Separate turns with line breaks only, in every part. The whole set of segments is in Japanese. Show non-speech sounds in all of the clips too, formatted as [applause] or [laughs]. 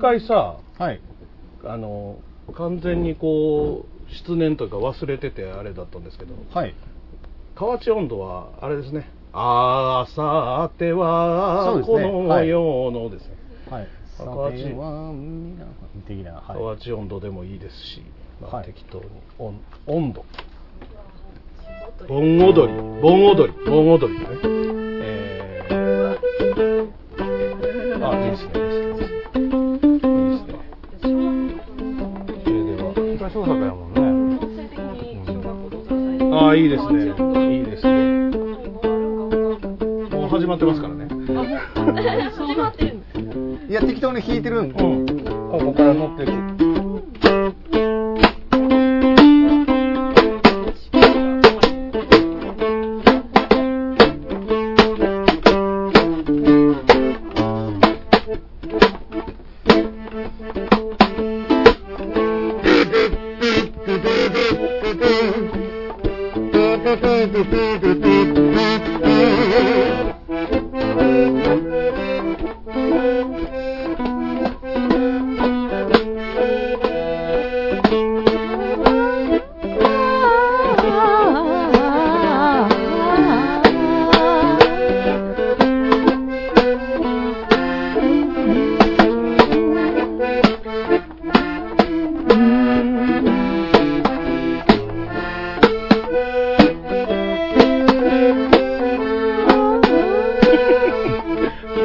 回さ
はい。
あの完全にこう失念というか忘れててあれだったんですけど
はい。
河内温度はあれですねあさては、
そうです
こ
ね
の世のですね
はい。
さ
さ
て
て
は
は、的な、
河
はい。
内温度でもいいですし、まあ
はい
適当に温温度盆踊り盆踊り盆踊りねえー、あいいですねいいですねいいですねそれでは
本当は小学やもんね。
ああいいですねいいですねもう始まってますからね
始まってるんですね
いや、適当に弾いてるんで。
うんここから乗っていく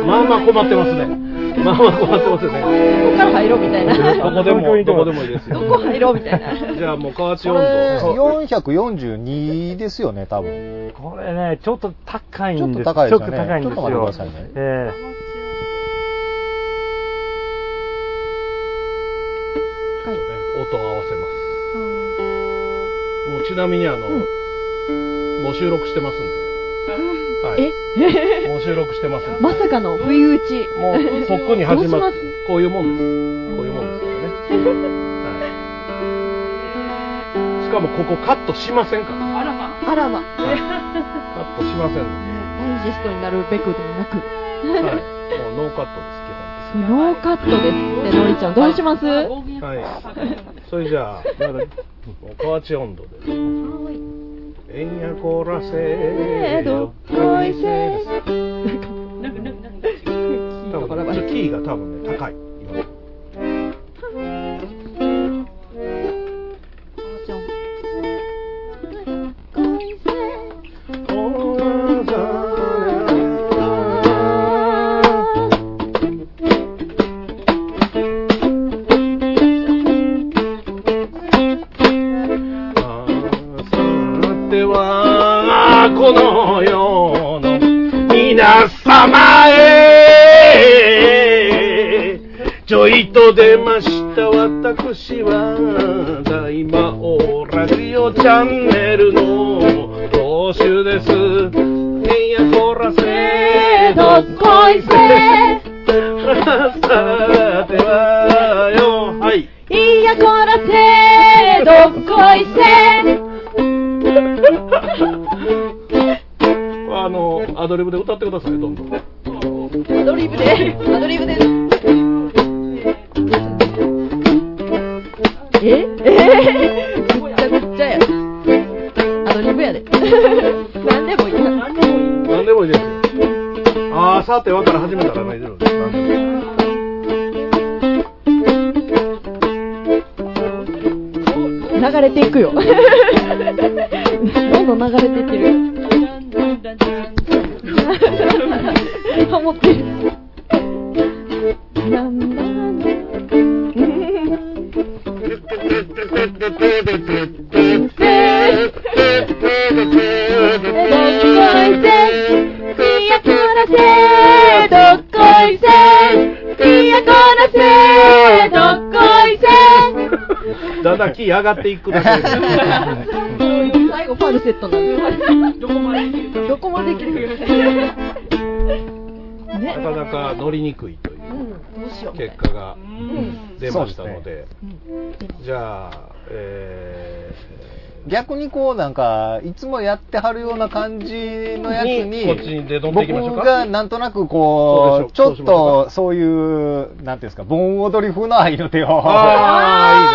まあまあ困ってますねまあまあ困ってますね
ここから入ろうみたいな。
どこでもどこでもいいですよ
どこ入ろうみたいな。
じゃあもう河内
こ
温
れ、
度
442ですよね、多分。
これね、ちょっと高いんです
ちょっと高いですよね
ちょっと高いんですよ。
ちょっと待ってくださいね
え
音を合わせますもうちなみにあの、もう収録してますんで。はい。もう収録してますんで。
まさかの不意打ち。
もうそこに始まっ
どうします
こういうもんです。こういうもんですからね。はい。しかもここカットしませんから。
あらま。
あらま。
カットしませんの
ダイジェストになるべくでもなく。
で。はい。もうノーカットです
スローカットですって、のりちゃん。どうします
大喜利
基本的に。はい。それじゃあ、
[laughs]
もう河内温度で。えんやこらせよ。
恋せ
なんか、なんか、なんか、
多分こっちキーが多分ね高い。今この世の皆様へちょいと出ました私は大魔王ラジオチャンネルの当主ですえいやこらせどっこいせさてはよはい
いやこらせどっこいせ
あのアドリブで歌ってくださいどんどん
アドリブで、アドリブで。え [laughs] えー、ぐっちゃぐっちゃや。アドリブや [laughs] で。なんでもいいな。
なんでもいい。
何でもいいですよああさてはから始めたら大丈夫です何でも
流れていく [laughs] よ。どんどん流れていって [laughs] るよ。ハモってる。なんだなんだ。 [laughs]
だんだんキー上がっていくだけで
最後ファルセットなんだ
どこまで行けるか。
[laughs] どこまでいける
なかなか乗りにくいという
どうしようみたい
結
な
果が
うん。
出ましたので
うん
じゃあ、えー
逆にこうなんかいつもやってはるような感じのやつに
こっちに出どんでいきましょうか
僕がなんとなく
そう
こ
で
う
し
ち
ょう
ょっとそういうなんていうんですか盆踊り風の愛の手
[laughs]
を
あ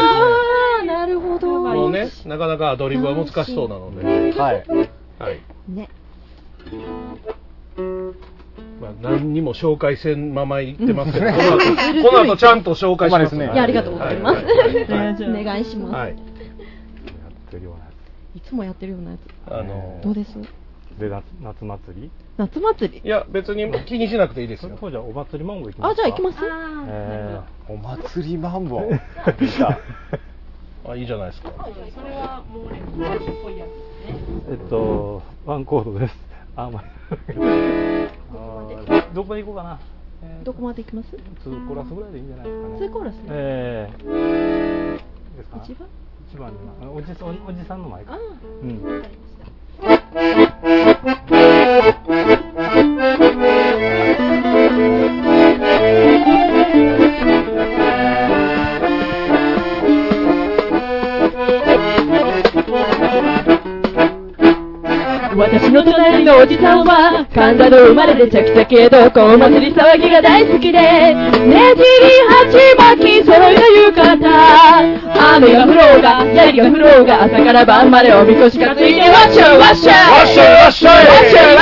あー、なるほど。
あ、いいですね。もうね、なかなかアドリブは難しそうなので。
はい
はい。
ね。
まあ、何にも紹介せんまま言ってますけど、
う
この
ん
後、この後ちゃんと紹介します
ほんまですね
いや、ありがとうございます。
はい。
お願いします、
はい
い。
ってるようなや
つもやってるようなやつ。
あの
どうです
つで夏夏祭り
夏祭
い
り。
や、別に気にしなくていいです
そ
[laughs]
れ
よ。
こそじゃあお祭りマンボウ行きます
あ、じ
か
ゃあ行きます。
え
お祭りマンボウでした
あ、いいじゃないですか。
それはもうね、こわいっぽいやつね。
ー [laughs] えっとワンコードですあまああーどこで行こうかな、えー
どこまで行きます
ツーコラスぐらいでいいんじゃないですかね
ツーコーラスね
ええですか
一番
一番におじさんおじさんの前
あ
か
ー
うん
私の隣のおじさんは神田の生まれでチャキチャキ江戸っ子お祭り騒ぎが大好きでねじり鉢巻き揃いの浴衣雨が降ろうが槍が降ろうが朝から晩までおみこし担いでわっしょいわっしょい
わっしょいわっしょい
わ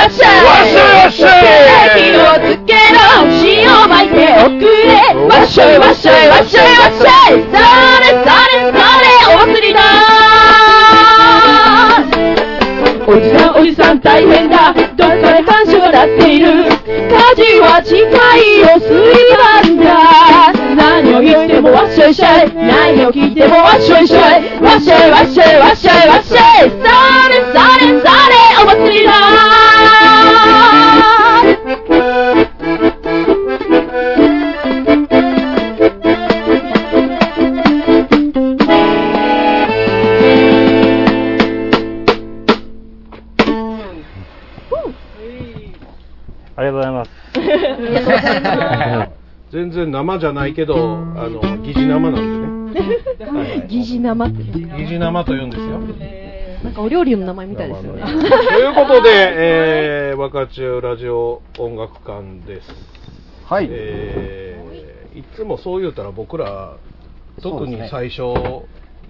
っしょいわっしょい
わっしょいわっしょい
火をつけろ塩まいておくれわっしょいわっしょいわっしょいわっしょいそれそれそれお祭りだおじさんおじさん大変だどっかで感傷が鳴っている火事は近いよ水盤だ何を言ってもわっしょいしょい何を聞いてもわっしょいしょいわっしょいわっしょいわっしょいわっしょいそれそれそれお祭りだ
ありがとうございます
全然生じゃないけど、あの、疑似生なんでね。
疑似生って
疑似生と言うんです
[laughs]
よ。
なんかお料理の名前みたいですよね
生のということで、えー、若中ラジオ音楽館です。
はい、
えーいつもそう言うたら僕ら特に最初、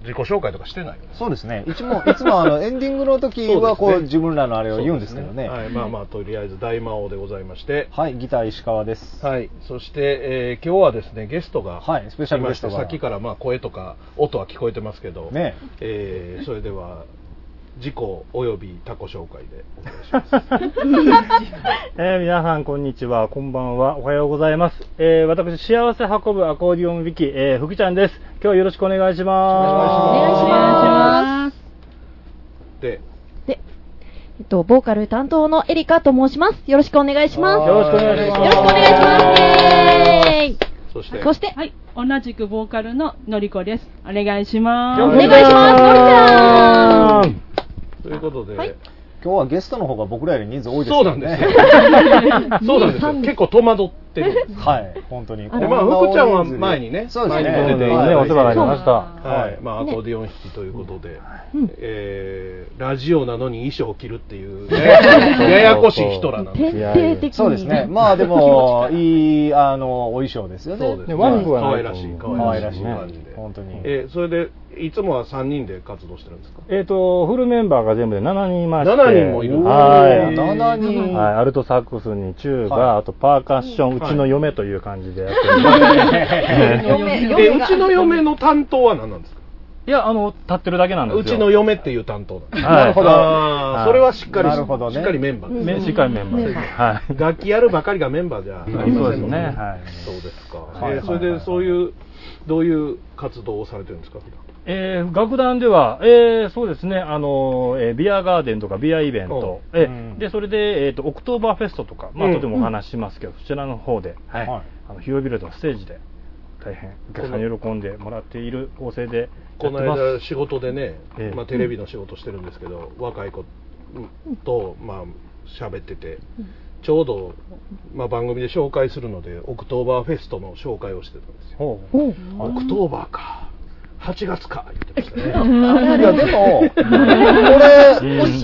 自己紹介とかしてないよね
そうですねいつもいつもあのエンディングの時はこ
そうです
う
ね
自分らのあれを言うんですけどね
はい、まあまあとりあえず大魔王でございまして
はいギター石川です
はいそして、えー今日はですねゲストが
はいスペシャルゲスト
い
が
ましてさっきからまあ声とか音は聞こえてますけど、
ね
えーそれでは自己および他己紹介でお願いします
えー皆さん、こんにちは。こんばんは。おはようございます。えー私、幸せ運ぶアコーディオンウィキ、えー福ちゃんです。今日はよろしくお願いし
お願いしま
ます。
す
で
えっと、ボーカル担当のエリカと申します。よろしくお願いします。
よ
よ
ろしくお願いします。
ろしくお願いします。イ
そして
ェーイそして、
はい、同じくボーカルののりこです。お願いしま
お
す。
願いします
す。
ということで、
はい
今日はゲストの方が僕らより人数多いです
そう
よね
なんですよ
[laughs]
そうなんですよ結構戸惑ってる
はい、本当に。
あの
まあ福ちゃんは前にね
そうですね。
前に出ていただい
ね、
て
お世話になりました。
はい、
はい
まあ、ア
ね
コーディオン弾きということで、
うん
えーラジオなのに衣装を着るっていう、ね、ややこしい人らなんで
徹
す。
底的に。
そうですね。まあで
[laughs]
も、いい、あの、お衣装ですよね。
そうですね。
ねワンコは
可
な
愛
い
らしい、
可愛
ら
ら
し
し
い
い
感じ
ね
で。
本当に。
えーそれで、いつもは3人で活動してるんですか
えっ、と、フルメンバーが全部で7人いまして。
7人もいる
はい。
7人。
はい、アルトサックスにチューバー、
はい
あとパーカッション、
はいう
ちの嫁という感じでやっております。
嫁、
で、
嫁
う
が
ち。の嫁の担当は何なんですか
いや、あの、立ってるだけなんですよ。
うちの嫁っていう担当なんです。
はい
なるほど
あーそれはしっかり、
なるほどね
しっかりメンバーです
めしっかりメンバーです。はい。
楽器やるばかりがメンバーじゃありませんの
そうですねはい
そうですか。
はい
えーそれで、そういう、どういう活動をされてるんですか、普段
えー楽団では、えーそうですね、あのーえービアガーデンとかビアイベント、
う
え
うん
でそれで、えー、とオクトーバーフェストとか、まあ
うん
後でもお話ししますけど、そちらの方で、はい
はい
あの広々とステージで、大変お客さんに喜んでもらっている構成でや
こ
って
の
ます。
間仕事でね、
ええ
まあ、テレビの仕事してるんですけど、若い子とまあ喋ってて、ちょうど、まあ、番組で紹介するのでオクトーバーフェストの紹介をしてたんですよ
ほう
おう
オクトーバーか8月か言ってましたね
いやでも、これ、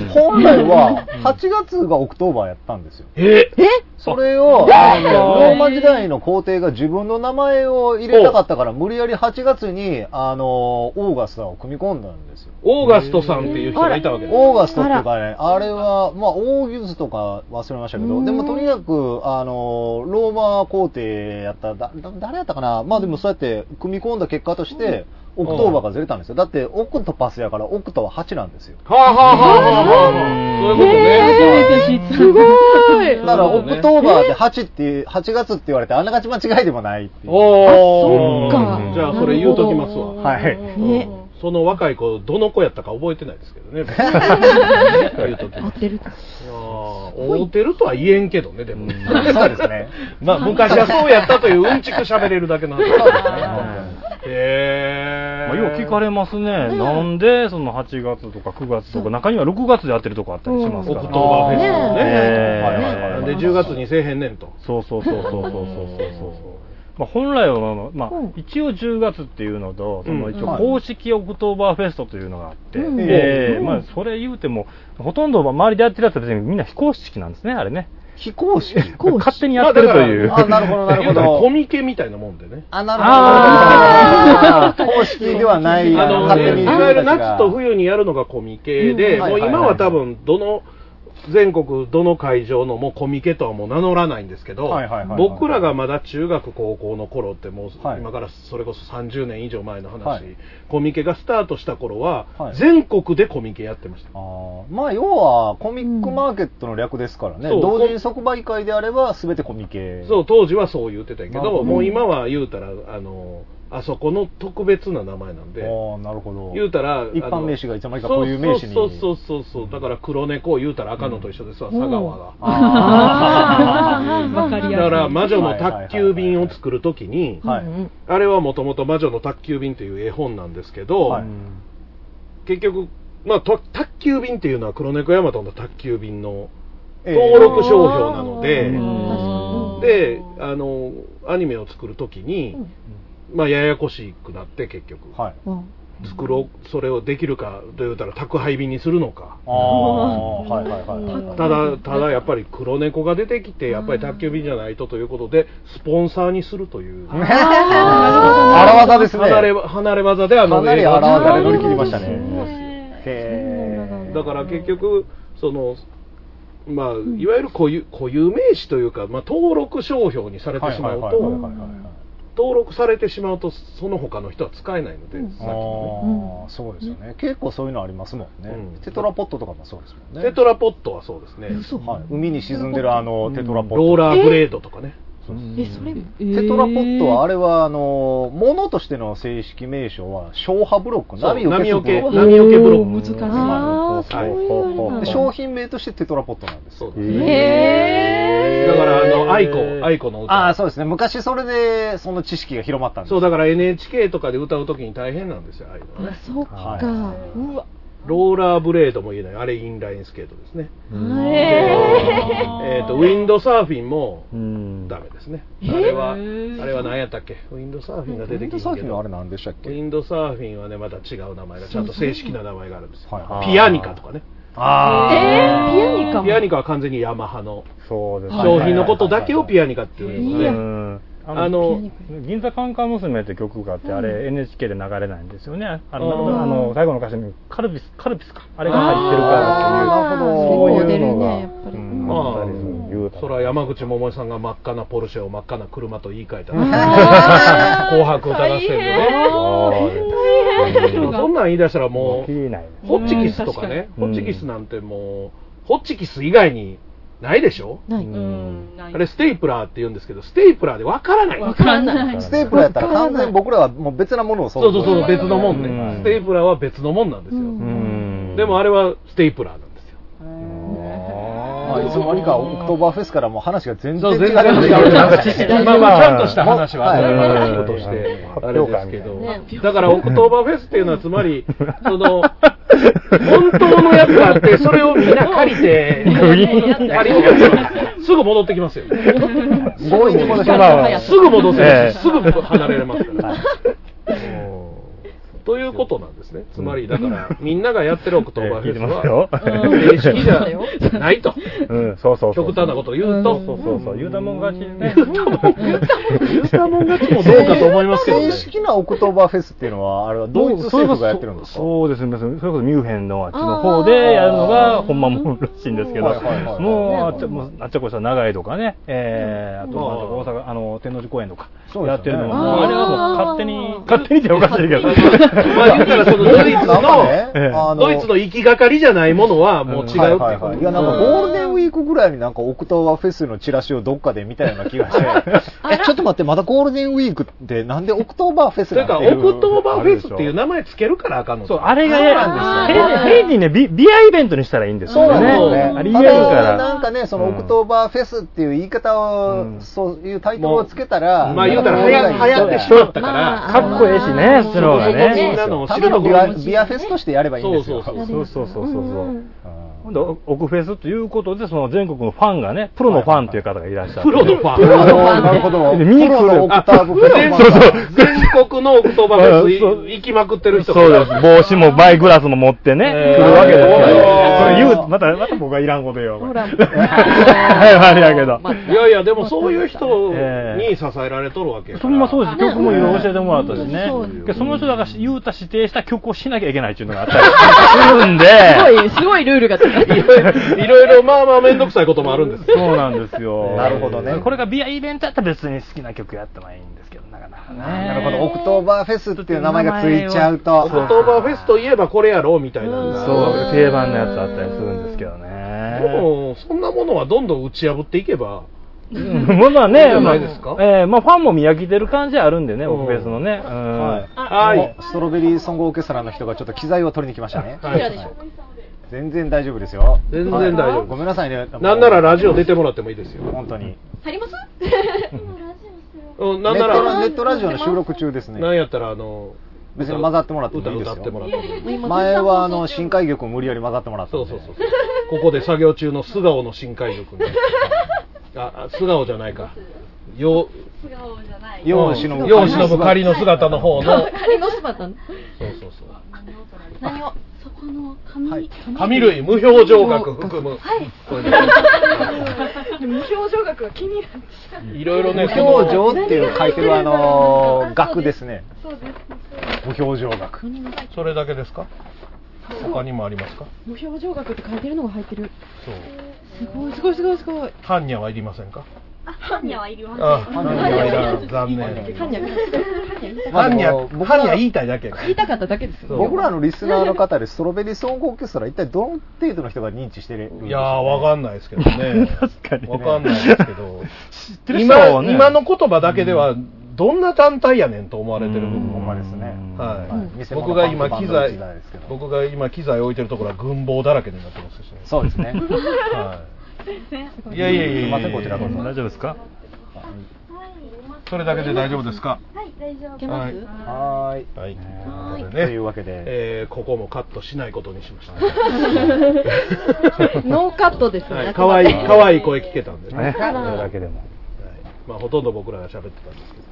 本来は8月がオクトーバーやったんですよ。
え
それを、あのねローマ時代の皇帝が自分の名前を入れたかったから、無理やり8月に、あの、オーガスタを組み込んだんですよ。
オーガストさんっていう人がいたわけです
オーガストっていうかね、あれは、まあ、オーギュスとか忘れましたけど、でもとにかく、あの、ローマ皇帝やった、だ、だ誰やったかなまあでもそうやって組み込んだ結果として、オクトーバーがずれたんですよ。だって、オクトパスやから、オクトは8なんですよ。
はあはあはあはあはあそういうことね。
えすごい
だから、
なるほ
オ
どね
クトーバーで8っていう、8月って言われて、あんながち間違いでもないっていう。
おお。
あそっか
じゃあそれ言うときますわ。
はい。
ねその若い子、どの子やったか覚えてないですけどね。言 [laughs] うとき。合ってる。合ってるとは言えんけどね、でも。
そうですね。
まあ、昔はそうやったといううんちく喋れるだけなんで。
ま
へえ。
あ、よう聞かれ [laughs] ますね、なんでその8月とか9月とか、中には6月でやってるとこあったりします
オク
から、
トーバーフェスト
ねえ
ね。
ね
で、
え
10月にせえへんねんと。
そうそうそうそうそうそうそうまあ、本来は、まあまあ一応10月っていうのと、その
うん
一応公式オクトーバーフェストというのがあって、
ん
ええまあ、それ言うても、ほとんど周りでやってるやつは別にみんな非公式なんですね、あれね。
非公式
勝手にやってるという。
ま
あ、なるほど、なるほ
言うたらコ
ど。
ミケみたいなもんでね。
あ、なるほど。公式ではない、
あの
勝手に
ねいわゆる夏と冬にやるのがコミケで、
うんはい
もう今は多分どの全国どの会場のもうコミケとはもう名乗らないんですけど
はいはいはいはい
僕らがまだ中学高校の頃ってもう
はい
今からそれこそ30年以上前の話、
はい
コミケがスタートした頃は
はい
全国でコミケやってました、
あーまあ、要は、コミックマーケットの略ですからね。
そう
同人即売会であれば、すべてコミケ。
そう当時はそう言ってたけ
なるほ
ど
ど
もう今は言うたらあのあそこの特別な名前なんで
ああ、なるほど。
言うたら
一般名詞がいつの間にかこういう名詞に
そうそうそうそうそうだから黒猫を言うたら赤のと一緒ですわ、佐川が。
あ
わかり
だか
や
ら魔女の宅急便を作るときに
ーはい。
あれはもともと魔女の宅急便という絵本なんですけど、
はい
結局、まあ、と宅急便っていうのは黒猫ヤマトの宅急便の登録商標なので、であのアニメを作るときに、まあ、ややこしくなって結局、
はい。
作ろうそれをできるかというたら宅配便にするのか。
ああ、はいはいはいは
[laughs]
いはい。
ただただやっぱり黒猫が出てきてやっぱり宅急便じゃないとということでスポンサーにするという
荒技ですね。
離れ離れ技であの
かなり
映画を
荒
作る
技で乗り切りましたね。へ
だから結局そのまあいわゆる固有固有名詞というか、まあ、登録商標にされてしまうと登録されてしまうとその他の人は使えないので、さっきの
ああ、そうですよね。結構そういうのありますもんね。テトラポットとかもそうですもん
ね
ね。
テトラポットはそうですね
はい、海に沈んでるあのテトラポット。
ローラーブレードとかね、
え、それ
テトラポットはあれはあのものとしての正式名称は消波ブロック
そう
波を
波
消
よ
すブ
け
ロッ
波よけブロック
難しい
ー
あ
そう
いうあれなん
ク
だ
で商品名としてテトラポットなんです
そう
よ
ですね
へ
だからあのアイコアイコの歌
ああそうですね昔それでその知識が広まったんです
そうだから NHK とかで歌うときに大変なんですよああいうのはね
そっ
はい
かうわ
ローラーブレードも言えないあれインラインスケートですね
へ
えっ、とウィンドサーフィンも
[laughs] うん
ダメですねあれはあれは何やったっけウィンドサーフィンが出
ウィ
て
ン
き
ド
て
サーフ
け
ィンはあ
ど
れなんでしたっ
ウ
け
ィンドサーフィンはねまた違う名前がちゃんと正式な名前があるんですよ
はい
はい
ピアニカとかね
あ
えピアニカも
ピアニカは完全にヤマハの
そうですね
商品のことだけをピアニカっていうの
う
で、
ん
あの
銀座カンカン娘って曲があって、あれ NHK で流れないんですよね。あ
あー
の、あの最後の歌詞にカルピス、カルピスか。あれが入ってるから
なるほど
っていう。そういうのが、
まあ
うんあったりする言うたら
それは山口百恵さんが真っ赤なポルシェを真っ赤な車と言い換えたら紅白歌合戦でね [laughs]
あ
でもそんなん言い出したらも
ー
う
聞いないね
ホッチキスとかね、
う
ホ
ん
ッチキスなんてもう、ホッチキス以外にないでしょ
う。
うんんない
あれステイプラーって言うんですけど、ステイプラーでわからない。
わかんない
ステープルやったら完全に僕らはもう別なものを想
そうそ
像
うそう、別のもん
うん
ね。ステイプラーは別のもんなんですよ。
うん。
でもあれはステイプラーなんですよ。
まあいつの間にかオクトーバーフェスからもう話が全然
そう、
違
全然
う
違う。なんか
[laughs]
知識 [laughs] まあまあ、ちゃんとした話は、
はい
はい、仕事をして、あれですけ
発
ど。だから、オクトーバーフェスっていうのは、つまり、その、本当のやつがあって、それをみんな借り [laughs] て、借りて、すぐ戻ってきますよ。
強引に戻し
まあまあ
すぐ戻せるし、すぐ離れれますから。ということなんですね。つまり、だから、みんながやってるオクトーバーフ
聞
ェ
いて
ス
ま
は
すよ、。
うん
正式じゃないと。
うん、そうそうそう。
極端なことを言うと、
そうそうそう、言うたもん勝ちでね。
言うたもん勝ちもどうかと思いますけどね
正。式なオクトーバーフェスっていうのは、あれはドイツ政府がやってるんですか
そうですね、それこそミュンヘンのあっちの方でやるのが本間もんらしいんですけど、
はいはいはい
もうあっちもうあっちこっちは長井とかね、えー、あと
うん
あと大阪、あの、天王寺公園とか
そうですよね
やってるのも、
あー
もうあれはもう勝手に
あ、ー
勝手にっておかしいけど、
まあ言うたらそのドイツ
なんか
の、
ね
ええ
あ
ドイツの行きがかりじゃないものはもう違うってい
は
う
いはいはい。いや、なんかゴールデンウィークぐらいになんかオクトーバーフェスのチラシをどっかで見たような気がして、
[laughs]
え、ちょっと待って、まだゴールデンウィークってなんでオクトーバーフェス
とい
な
うんか、[laughs]
て
オクトーバーフェスっていう名前つけるからあかんの
そう、あれが
そう
ね
なんですよ
平平時にね、ビビアイベントにしたらいいんです
そうな
よ
ん
ね。
ですよね。
ありえるから。
なんかね、その
う
オ
ん
クトーバーフェスっていう言い方を、
うん
そういうタイトルをつけたら、
まあ言うたら
なん
流
か
行流行ってしまったから、
かっこええしね、その方が
みん
ね。
なの
た
知
だ
る
の
とこ
ビア
ろ
ビアフェスとしてやればいいんですよ。
そうそう
そうそうそうそうそう。
う
今度、オクフェスということで、その全国のファンがね、プロのファンという方がいらっしゃる。
プロのファン。
んなるほど。
見に来る
プロのオクターブフェス
全
そうそう
全国のオクトーバーフェス
そう
行きまくってる人
そうです。帽子もバイグラスも持ってね、
えー
来るわけですよ。
そう
それ
だよ
言う、また、また僕がいらんこと言うよ。ほ
ら
[laughs] あれやけど。
いやいや、でもそういう人
え
に支えられとるわけやか
そ
ら
んなそうです。
ね
曲もいろいろ教えてもらったしね
そうです。
でその人らが言うた指定した曲をしなきゃいけないっていうのがあったりする [laughs] んで。
すごい、すごいルールがついて
いろいろいろいろ、まあまあめんどくさいこともあるんです。
そうなんですよ。
なるほどね
これがビアイベントだったら別に好きな曲やってもいいんですけど、なかなかね。
なるほど、オクトーバーフェスっていう名前がついちゃう
オ
と
ク。トーバーフェスといえばこれやろ、みたいなのが。
そう、定番のやつあったりするんですけどね。
でも、そんなものはどんどん打ち破っていけば、
う
い
んまあ
いんじ
ね、
ゃ
ま
な
あ、
いですか
えーまあファンも見飽きてる感じあるんでね、
うん
オフェスのね。うん
はい
はい
おストロベリーソングオーケストラの人がちょっと機材を取りに来ましたね。
はいこちら
でしょうか
全然大丈夫ですよ。
全然大丈夫
はいごめんなさいね。
なんならラジオ出てもらってもいいですよ。
本当に。
入ります
うん
ネ
なん
ッ
な
トラ
ら、
ネットラジオの収録中ですね。
なんやったら、あの、
別に混ざってもらっても
歌
いいですよ
歌ってもらってもいいです
前はあの深海魚を無理やり混ざってもらった
そ
ん
う
で
そうそう。ここで作業中の素顔の深海力に。
[laughs]
あ、あ素顔じゃないか。よ
世を忍ぶ
世を忍ぶ仮の姿の方の。
仮の姿の
そうそうそう。
何を
はい
紙類無表情学含む。
無表情学が気になる
[laughs] いろいろね、
無表情っていう書いてるあの額ですね無表情額
それだけですか他にもありますか
無表情学って書いてるのが入ってる
そう。
すごいすごいすごいすごい
般若はいりませんか
ん
般若はいりません。あ、般若はいらん残念。
カンニャ [laughs]
まあで
般
も
若、
僕
般若
ら
言いたいだけ。
言いたかっただけですよ
僕らのリスナーの方でストロベリーソングオーケストラ一体どの程度の人が認知してるんでしょうね
いやー、わかんないですけどね。
確かにね
わかんないですけど。
[laughs] 知ってる人
今
はね
今の言葉だけでは、どんな団体やねんと思われてる部
うん
分
ほん
も
まですね
はい
うん
僕が今機材
偽物のパンクバンドの時代ですけど
僕が今機材置いてるところは軍棒だらけになってますしね
そうですね
はいいやいやいやい
すい
や
ませんこちらこそ
大丈夫ですか
それだけで大丈夫ですか
いけます
はーい
[laughs] はい、ということ
と
でね
いうわけで
えーここもカットしないことにしました、
ノーカットです
は
ね
い、かわいいかわいい声聞けたんでね、
ね、それ
ら
だけでも。
まあ、ほとんど僕らが喋ってたんですけど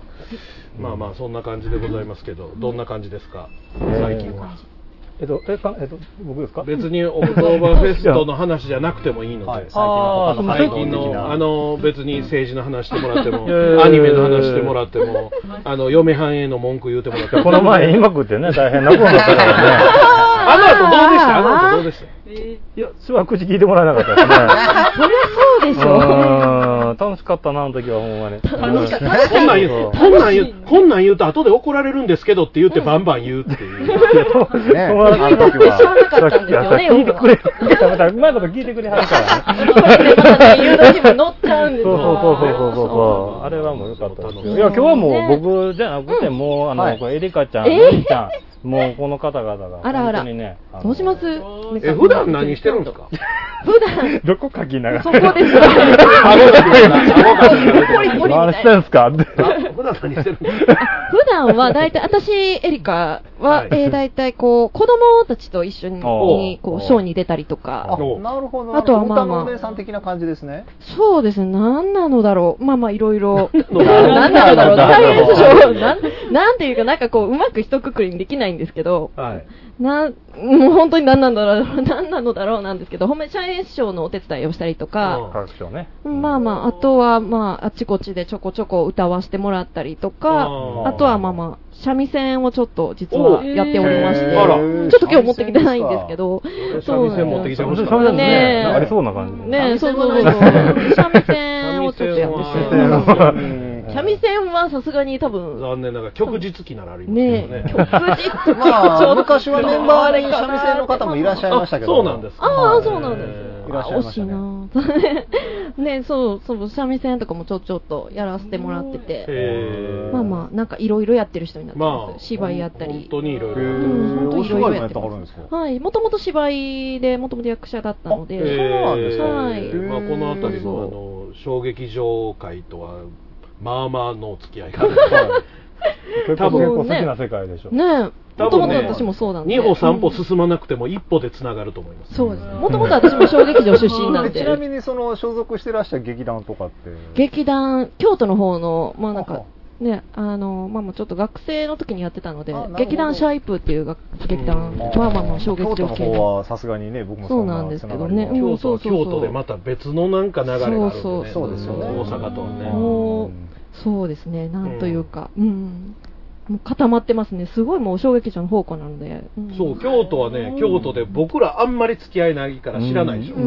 まあまあそんな感じでございますけどどんな感じですか最近は
えっと、え、かえっと、僕ですか
別にオクトーバーフェストの話じゃなくてもいいので、
はい
あー
の
最
最
近
近
の、
の
あ
あの
の、別に政治の話してもらっても
いやいやい、や
アニメの話してもらっても、あの、嫁はんへの文句言うてもらっても、
この前言いまくってね、大変なことになったからね。
あの後どうでしたあの後どうでした
いや、しば口聞いてもらえなかった
そりゃそう
で
ですし
ね。うーん楽しかったな、あの時はほんまに。楽しかった
こんなん言う、こんなん言う、こんなん言うと後で怒られるんですけどって言ってバンバン言うっていう。
ねあの時は
なか
[laughs]
ったんですよね
聞いてくれるからまたうまいこと聞いてくれはるからね。
誘導にも乗っちゃうん
そうそうそうそうそう
です
そうそう。あれはもう良かったですよ。いや、今日はもう僕じゃなくて、もう、
は
あの、
い
これエリカちゃん、
えー
エリちゃん、もうこの方々が、
あらあら
本当にね、あの
どうします
え、普段何してるんですか
普段
どこ書きながら。
そこです
[laughs] あ、
[laughs] 顎だ
ポリポリみたい
何
な
してんすかって。
あ普段何してるんですか
普段は大体、私、エリカ、
は
は、
い
えー大体こう、子供たちと一緒に、
おう
にこう、ショーに出たりとか、
お
なるほど。
あとはまあまあ
歌のお姉さん的な感じですね。
そうですね、なんなのだろう。まあまあ、いろいろ。
な
なんん
な
な
のだろう
のだろう。大変でしょなん、なんていうか、なんかこう、うまく一括りにできないんですけど、
はい。
なん、もう本当になんなんだろう、なんなのだろうなんですけど、褒めちゃん演唱のお手伝いをしたりとか、
科学賞ね。
まあまあ、あとはまあ、あちこちでちょこちょこ歌わしてもらったりとか、
あ
あとはまあまあ、三味線をちょっと実はやっておりまし
へ
て、
ーあら
ちょっと今日持ってきてないんですけ。ど、
ー
そうなんです
三味線持ってきちゃいました
三味線
ねえ
なんかありそうな感じ。
ねえ、そうそうそう。
三
三
味
味
線
線
を
を
ち
ち
ょ
ょ
っ
っ
と
と
や
や
っ
ってて
ほしい
うん
三味線はさすがに多分、
残念ながら、曲実機ならあります
ね
けど
え
ね、。
曲実と
まあ、昔はメンバーに三味線の方もいらっしゃいましたけど。
あそうなんですか
ああ、そうなんで
え
すよ。
ー
いらっしゃいましたね
惜しいな [laughs] ね、そう、そう、三味線とかもちょちょっとやらせてもらってて。
えー
まあまあ、なんかいろいろやってる人になってます。
まあ
芝居やった
本
り。
当にいろい
へ
ろやって
う
ま
ん
す。
本
ー。
当
お芝
いろいろ
居も
や
や
っ
って
ます
たからですか
はい、もともと芝居で、もともと役者だったの
あ
で。
へそうなんですか
はい
えーまあ、この辺りの
うん
あの衝撃場界とはまあまあのお付き合いがある
結
多
構、
分
結構好きな世界でしょ。
ねえ、
[laughs] 多
もと
分
もと
ね
私もそうなんで。
2歩3歩
うん
進まなくても一歩でつながると思います、
そうですね。もともと私も小劇場出身なん
で
で。
[laughs] ちなみにその所属してらっしゃる劇団とかって。
劇団、京都の方の、まあなん
あは
か、ね、あの、まあまあちょっと学生の時にやってたので
あなるほど、
劇団シャイプっていうが劇団、
うん
まあまあまあ衝撃
京都
場
の
系
方はさすがにね、僕も
そうなんですけどね
そんなつながりは
京
う
都
んそ
は
うそうそう
京都でまた別のなんか流れがあるんで、ね、
そう
そうそうですよね
大阪とはね、
もう、そうですね、なんというか、うん。もう固まってますね。すごいもう小劇場の方向なので。ん
そう京都はね京都で僕らあんまり付き合いないから知らないでしょ、
うん
う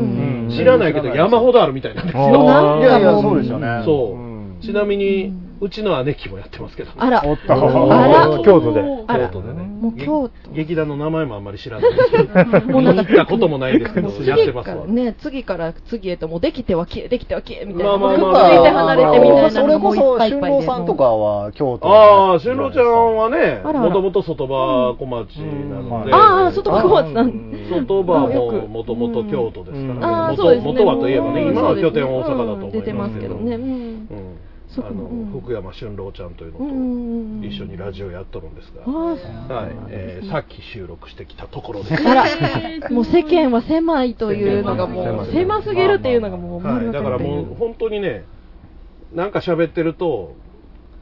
ん
知らないけど山ほどあるみたいなんですよ、
いやいや、そうですよね。
そう、
ん
ちなみに、う
うん
ちの姉貴もやってますけど、
あら、
おっ
あ
と
あら
京都で。
あら
京都でね
もう京都。
劇団の名前もあんまり知らないですけどもう行ったこともないですけどやって
次
ます
か
わ
らね、次から次へと、もうできては消え、できては消え、みたい
まあ
な。
まあ
も
ま
うく
あま
っ
あ
ついて離れてみたいな
それ
のがも
こ
うい
そ、
っぱいい
俊
っぱい
郎
で。
さんとかは京都。
ああ、俊郎ちゃ
[laughs]
んはね、
あらあ
も
ら
ともと外場小町なので、
うん
ああ、外
あ
国語なん
外場も
よく
もともと京都です
うん
から
あ
ね、
あ、そうですね。
元元はといえばね、
うん
今は拠点
そう
大
ですね
阪だと思いますけど、
うん出てますけどね。うん
う。ん
そ
あ
こもうん
の福山俊郎ちゃんという
うん
の
うんうん
と一緒にラジオやっとるんですが、
あ
はいえーさっき収録してきたところです。
あら、もう世間は狭いというのがもう、
狭
狭すぎるっていうのがもう、
はい、だから
う
もう
丸
本当にね、なんか喋ってると、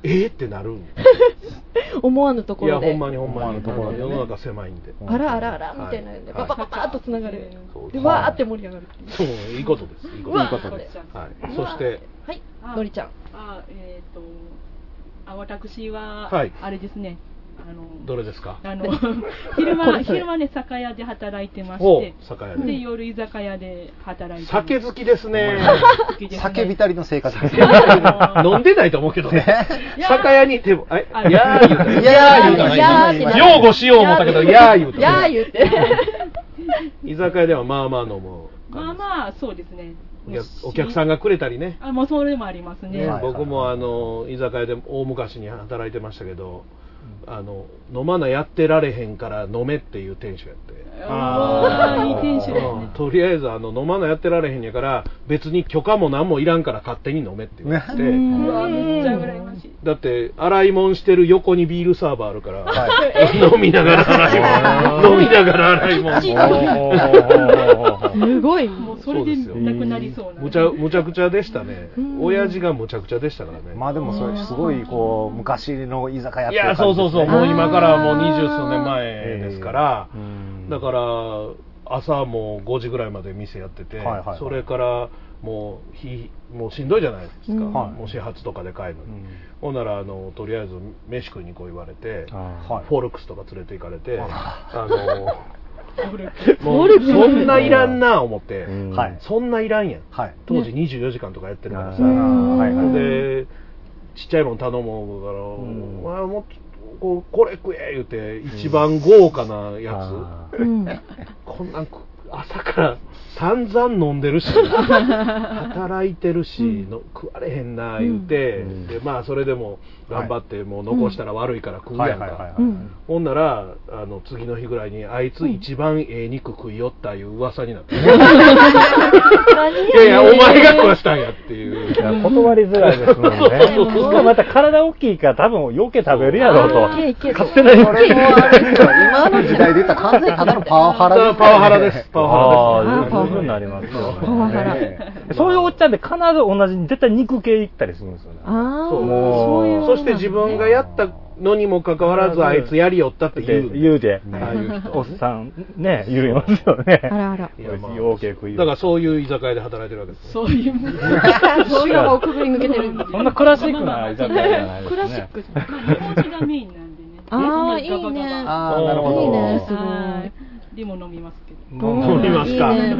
えーってなるんです
分かって、思わぬとこ
いや、
ろ
ほ
で
ん。まにほんまに、
ほんまに
世の中狭いんで。
あらあらあら、みたいなので、パパパパッと繋がる。で、わーって盛り上がる。
そう、いいことです。いいこ
う
と
わ
です。
ーこ
で
れ
す。
はい、そして、
はい、のりちゃん。
あ、えっ、と、あ、私は、
はい
あれですね。あの、
どれですか
あの [laughs] 昼
こ
間
れそれ
昼間ね酒屋で働いてま
お
して、
酒屋
で
で。
夜居酒屋で働いてます。
酒好きですね。
好きですね
酒びたりの生活です。
あの
飲んでないと思うけどね。酒屋に手を、え
あ、
いやー言うたら
いやー言うた
な
ら
い。
やーってな
擁護しよう思ったけど、いやー言うた
や
ら
ー言って。
居酒屋ではまあまあ飲む。
[laughs] まあまあそうですね。
お客お客さんがくれたりね。
あもうそれもありますね。
はい
僕もあの居酒屋で大昔に働いてましたけど、あの飲まなやってられへんから飲めっていう店主やって。
あ
あ
あ
ー
いい店主ですね。
とりあえずあの飲まなやってられへんやから別に許可も何もいらんから勝手に飲めって言われて、
うわめっちゃ羨ましい。
だって洗い物してる横にビールサーバーあるから、
は
飲みながら洗い物飲みながら洗い物
すごい。
もうそれでなくなりそうな。
むちゃむちゃくちゃでしたね親父がむちゃくちゃでしたからね、
まあでもそれすごいこう昔の居酒屋っ
い
てい
や
う感
そう
じ
そ
で
うそ
すね
うもう今からもう二
あー
十数年前ですから、
うん
だから朝もう5時ぐらいまで店やってて、
はいはいはい
それからもう日もうしんどいじゃないですか、
うん
はい
もう始発とかで帰るのに、
うん
ほんならあのとりあえず飯食いにこう言われて、
は
はい
フォルクスとか連れて行かれて、
あ
あの
フ
も
ォ
う
ルクス
そんないらんな思って、
うん
はい
そんないらんやん
はい
当時24時間とかやってるからさ、
うん
はいはい
でちっちゃいもん頼もうから、
ん
お前もっとこうこれ食え言うて一番豪華なやつ、
あー
うん。
こんなん食朝から散々飲んでるし働いてるし、の食われへんな言って、
うん
でまあそれでも頑張って、もう残したら悪いから食う
はい
や
は
ん
い
か、
はいはい。
うん
ほんならあの次の日ぐらいにあいつ一番ええ肉食いよったいう噂になって、 [laughs] いやいやお前が食わしたんやっていう
いや断りづらいですもんね。しかもまた体大きいから多分余計食べるやろうと。
いけいけ
勝手な意
こ
味
れもあれですよ今の時代で言ったら完全にただのパワハラです、ね。
パワハラですパワハラ
あ
です
あ、十分になりますよ
パワハラ
[laughs]
ね
ね。そういうおっちゃんって必ず同じ、絶対肉系行ったりするんですよね。
ああ、
そう
もう
いものなん
そし
ですね
て自分がやったのにもかかわらずあいつやりよったって言う
言うで、
ああいう人
おっさん、ね、言いますよね。
あら
[laughs]
あら。
いやまあ
余計食いよ
だからそういう居酒屋で働いてるわけですよ
そういうもの。
そういうのがおくぐり抜けてる。
そんなクラシックな居酒屋じゃないです
ク
ね。
ラシックじゃない。まあ日本酒がメインなんでね。
ああ、い
日本
い
の
ね。
ガバガバ
ああ、なるほど。
いいねすごい
はい。でも飲みますけど。
まあ
飲みますか
いいね
飲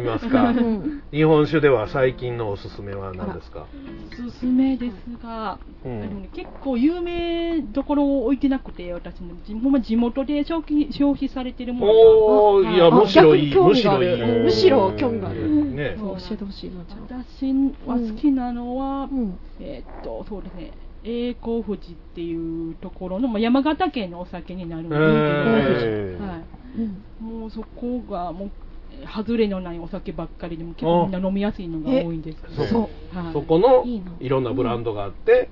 みます
[laughs]
か
ん
日本酒では最近のおすすめは何ですか
おすすめですが、
うん
あのね結構有名どころを置いてなくて、私も地ほんま地元で消費消費されてるもの
おお
あ
いや
あ
むしろいい
逆
む
に
し
興
ろ
味
い
がある
い
むしろ興味がある
ね
そう
教えてほしいな、ちゃん。
私は好きなのは、
うん。
えーっと、そうですね、栄光富士っていうところの、まあ、山形県のお酒になるんですけど、
へー
は
うん
い、もうそこがもう、えー外れのないお酒ばっかりでも、結構みんな飲みやすいのが多いんですけど、
え
そう。
はい
そこの
いいない
ろんなブランドがあって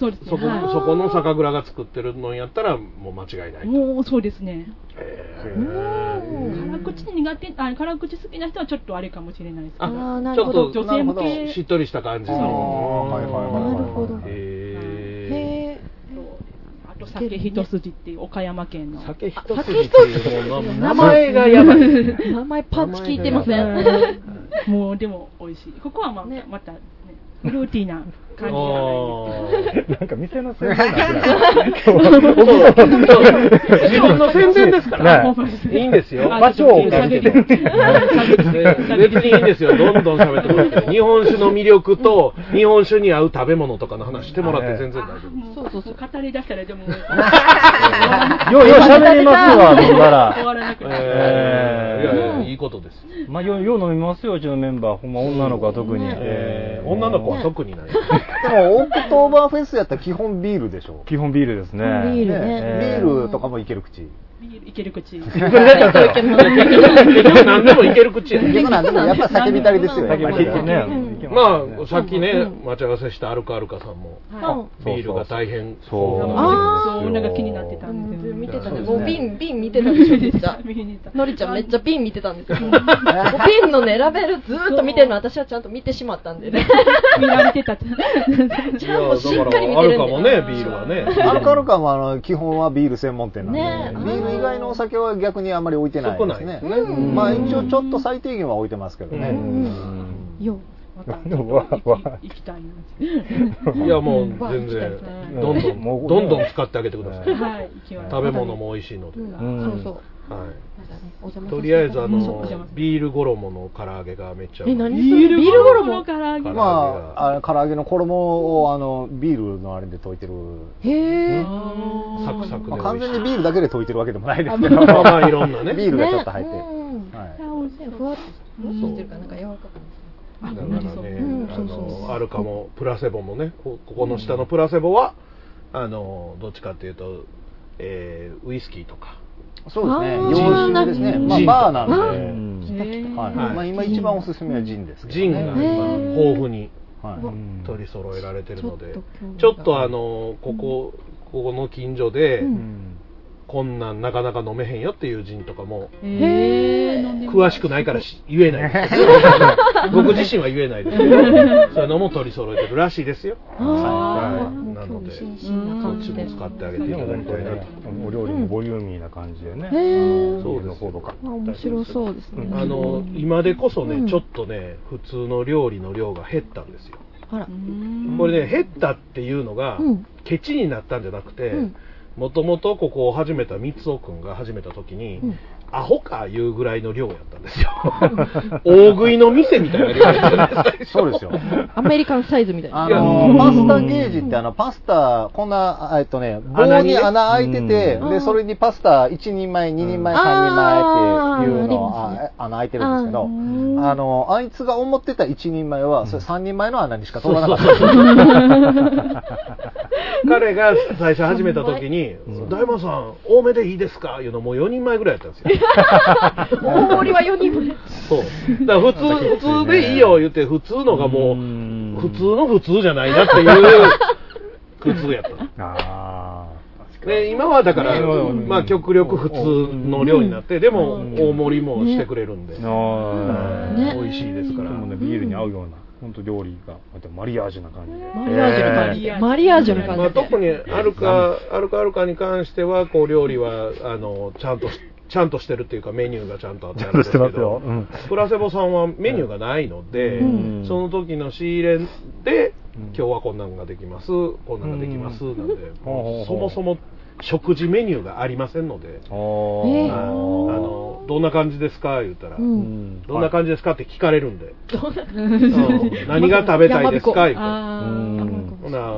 そうですね、
そこ
は
そこの酒蔵が作ってるのやったらもう間違いないと
い、もうそうですね、
へ
う
ー
ん
辛口苦手あ辛口好きな人はちょっとあれかもしれないですけ
あ
ど、
ーな
ち
る
ょ
ほ
っ
ど
と
女性向け
しっとりした感じ
あーはいはいはいはい
なるほど
へ
へえ。
そうですあと酒一筋っていう岡山県の
ー。酒一つっていうのは名前がやばい
名前パンチ効いてますね。
もうでも美味しい。ここはまあ、
ね
また、ね、フルーティーな感じがないんです
あー
なんか店の宣伝なんですね
[laughs]
自分の宣伝ですか
ね
ら
けど。
いいんですよ。
場所を借りてね
別にいいんですよ。どんどん喋ってもらって。日本酒の魅力と、日本酒に合う食べ物とかの話してもらって全然大丈夫。
もうそうそうそう語り出したらでも終
ようよう喋ります [laughs] わ、飲んだら。
わらなくなる。
えーいやいや
えー
いいことです。
まあ、ようよう飲みますよ、うちのメンバー。ほんま、女の子は特に。
ね
えー女の子は特にない。
でも、オクトーバーフェスやったら基本ビールでしょ。
基本ビールですね。
ビール
ね
ね
ビールとかもいける口。
ビールいける口。
結局何でもいける口や
結
ね。
局なんでもやっぱ酒浸りで
[laughs]
すよ。
先ほど聞いてね
う。
まあ、さっきね、待ち合わせしたアルカアルカさんも、
うん
ビールが大変
そう
あー
そう、なんか気になってたんですよ。
見てた
そう
ね。
です
もう瓶、瓶見てたんですよ、めっちゃ。
[laughs] 見に行った
のりちゃんめっちゃ瓶見てたんですよ。もう瓶のね、ラベルずーっと見てるの、私はちゃんと見てしまったんでね。
見られてた。
[laughs]
い
ち
や
ゃんとしっ
だ
か
か
り見
ら、ア
てる
ルカ
んで。
もね、ビールはね。
アルカアルカもあの基本はビール専門店なんで、
ねえ
ビール以外のお酒は逆にあんまり置いてないです
そ
ね
こないですね
うんまあ一応ちょっと最低限は置いてますけど
う
ね、
ん
よ
また
でもわわ
行きたいな。
いや、もう全然、どんどん、
もう
どんどん使ってあげてください。
はい、行きま
食べ物も美味しいので
う。。
ん
そうそう。
は
まだねお邪
い。
魔
とりあえず、あ
そうお邪魔
の
させ、て
ビール衣の唐揚げがめっちゃうまい。
え、何
す。
それビール衣
唐揚げ。
うん
まああの唐揚げの衣をあのビールのあれで溶いてる、
へえ。
サクサクで
まあ、
美
完
味しい。
全にビールだけで溶いてるわけでもないですけど
まあまあいろんなね
[laughs] ビールがちょっと入って、
うん
はい、
ふわっとしてるからなんか柔らかくな
だからね
うん、
あ
そうそう
の、アルカも、プラセボもね、こここの下のプラセボは、あの、どっちかっていうと、えーウイスキーとか。
そうですね
あー
洋酒ですね
ジン
まあ
ジン
バーなんで、
うん
はい
はい
まあ、今一番おすすめはジンですけど
ジンが今、豊富に
はい、
取り揃えられてるので
ちょっと興味、が
ちょっとあの、ここ、ここの近所で、
うん
こんなんなかなか飲めへんよっていう人とかも、
へえ。飲んでみ
詳しくないからし言えないですけ
[laughs]
ど僕自身は言えないですけど、そういうのも取り揃えてるらしいですよ。
あ
はいな
ー
ので、
興味津々な
そっ
感
ち
じで
も使ってあげていただきたいなと。
お料理もボリューミーな感じでね。
へえ
そうですよ
か。
まあ面白そうですね
あの今でこそね、ちょっとね、普通の料理の量が減ったんですよ。
あら
これね、減ったっていうのが、
うん
ケチになったんじゃなくて
うん、
もともとここを始めた三尾くんが始めた時に、アホかいうぐらいの量やったん
[laughs]
ですよ。大食いの店みたいな量やったんですよ。
そう
[laughs]
ですよ。
アメリカンサイズみたいな。
あ
あ
の、パスタゲージって、あの、パスタ、こんな、えっとね、棒に穴開いてて、
うん
で、それにパスタ1人前、2人前、3人前
うん
っていうの
あーあります
あ
ね
穴開いてるんですけど、
うん
あの、あいつが思ってた1人前は、それ3人前の穴にしか通ら
[laughs]
なかった。
彼が最初始めた時に「大門さん多めでいいですか?」いうのもう4人前ぐらいやったんですよ
大盛りは4人分。
[laughs] そうだから普通普通でいいよ言って普通のがもう
うん
普通の普通じゃないなって [laughs] いう普通やった
あ
で今はだから、
うん
まあ、極力普通の量になってでも大盛りもしてくれるんで、
ーあー
うん
ね
美味しいですか
で
ら、
もねビールに合うような本当料理がまたマリアージュな感じ
マ
で
リアージュの感じで。マリアージュの
まあ、
感じ
特
で。
にアルカアルカアルカに関してはこう料理はあのちゃんとしちゃんとしてるっていうかメニューがちゃんとあって
ち
あ
ゃん
るん
と
で
し
すけ
て
ど
ますよ、うん
プラセボさんはメニューがないので、
うん
その時の仕入れで、
うん
今日はこんなんができますこんなんができます、なんで、
ほうほうほう
そもそも食事メニューがありませんので、
あ
はい
えー
あ
ー
のどんな感じですか言ったら、
うん
どんな感じですかって聞かれるんで、うん
な
何が食べたいですか言うて
あー
うん
ほな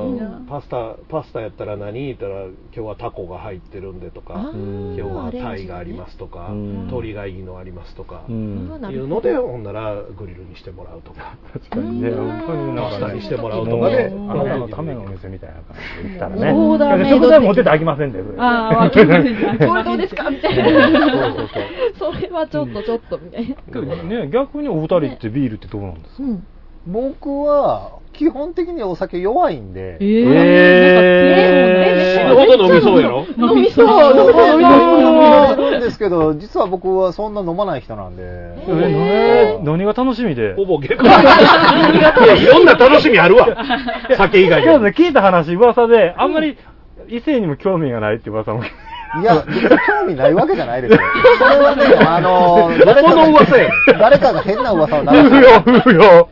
パスタパスタやったら何言ったら今日はタコが入ってるんでと
あ
か
ー
今日はタイがありますとか、
うん
鶏がいいのありますとか、
う
い
ん
な
う
るほ
のでほんならグリルにしてもらうとか
確かにね、
うん
本当になん
パス
か
タ
ね
にしてもらう
の
とかで、
あ
あの
なたのためのお店みたいな感じで言ったらね。
オーダーメイド
食材持ってってあきませんで、それ
あ
[laughs]
ーわかりません [laughs]
ど。これどうですかみたい
そうそう
な。
そう
[laughs] それはちょっとちょっとみたいな。
けどね、逆にお二人ってビールってどうなんですか
うん。
僕は、基本的にお酒弱いんで、
えー
え
死
ー
ぬほど飲みそうやろ
飲みそう。飲みそう。飲み
飲
そう。
めるんですけど、実は僕はそんな飲まない人なんで、
えー何が楽しみ
[laughs]
で
ほぼ結構。いや、いろんな楽しみあるわ。酒以外
今日
に。
ね、聞いた話、噂で、あんまり異性にも興味がないって噂も。
いや、実は興味ないわけじゃないですよ。それはね、あの、誰
ど
か
この噂や
が誰かが変な噂を流
ふ
す。
よふよ。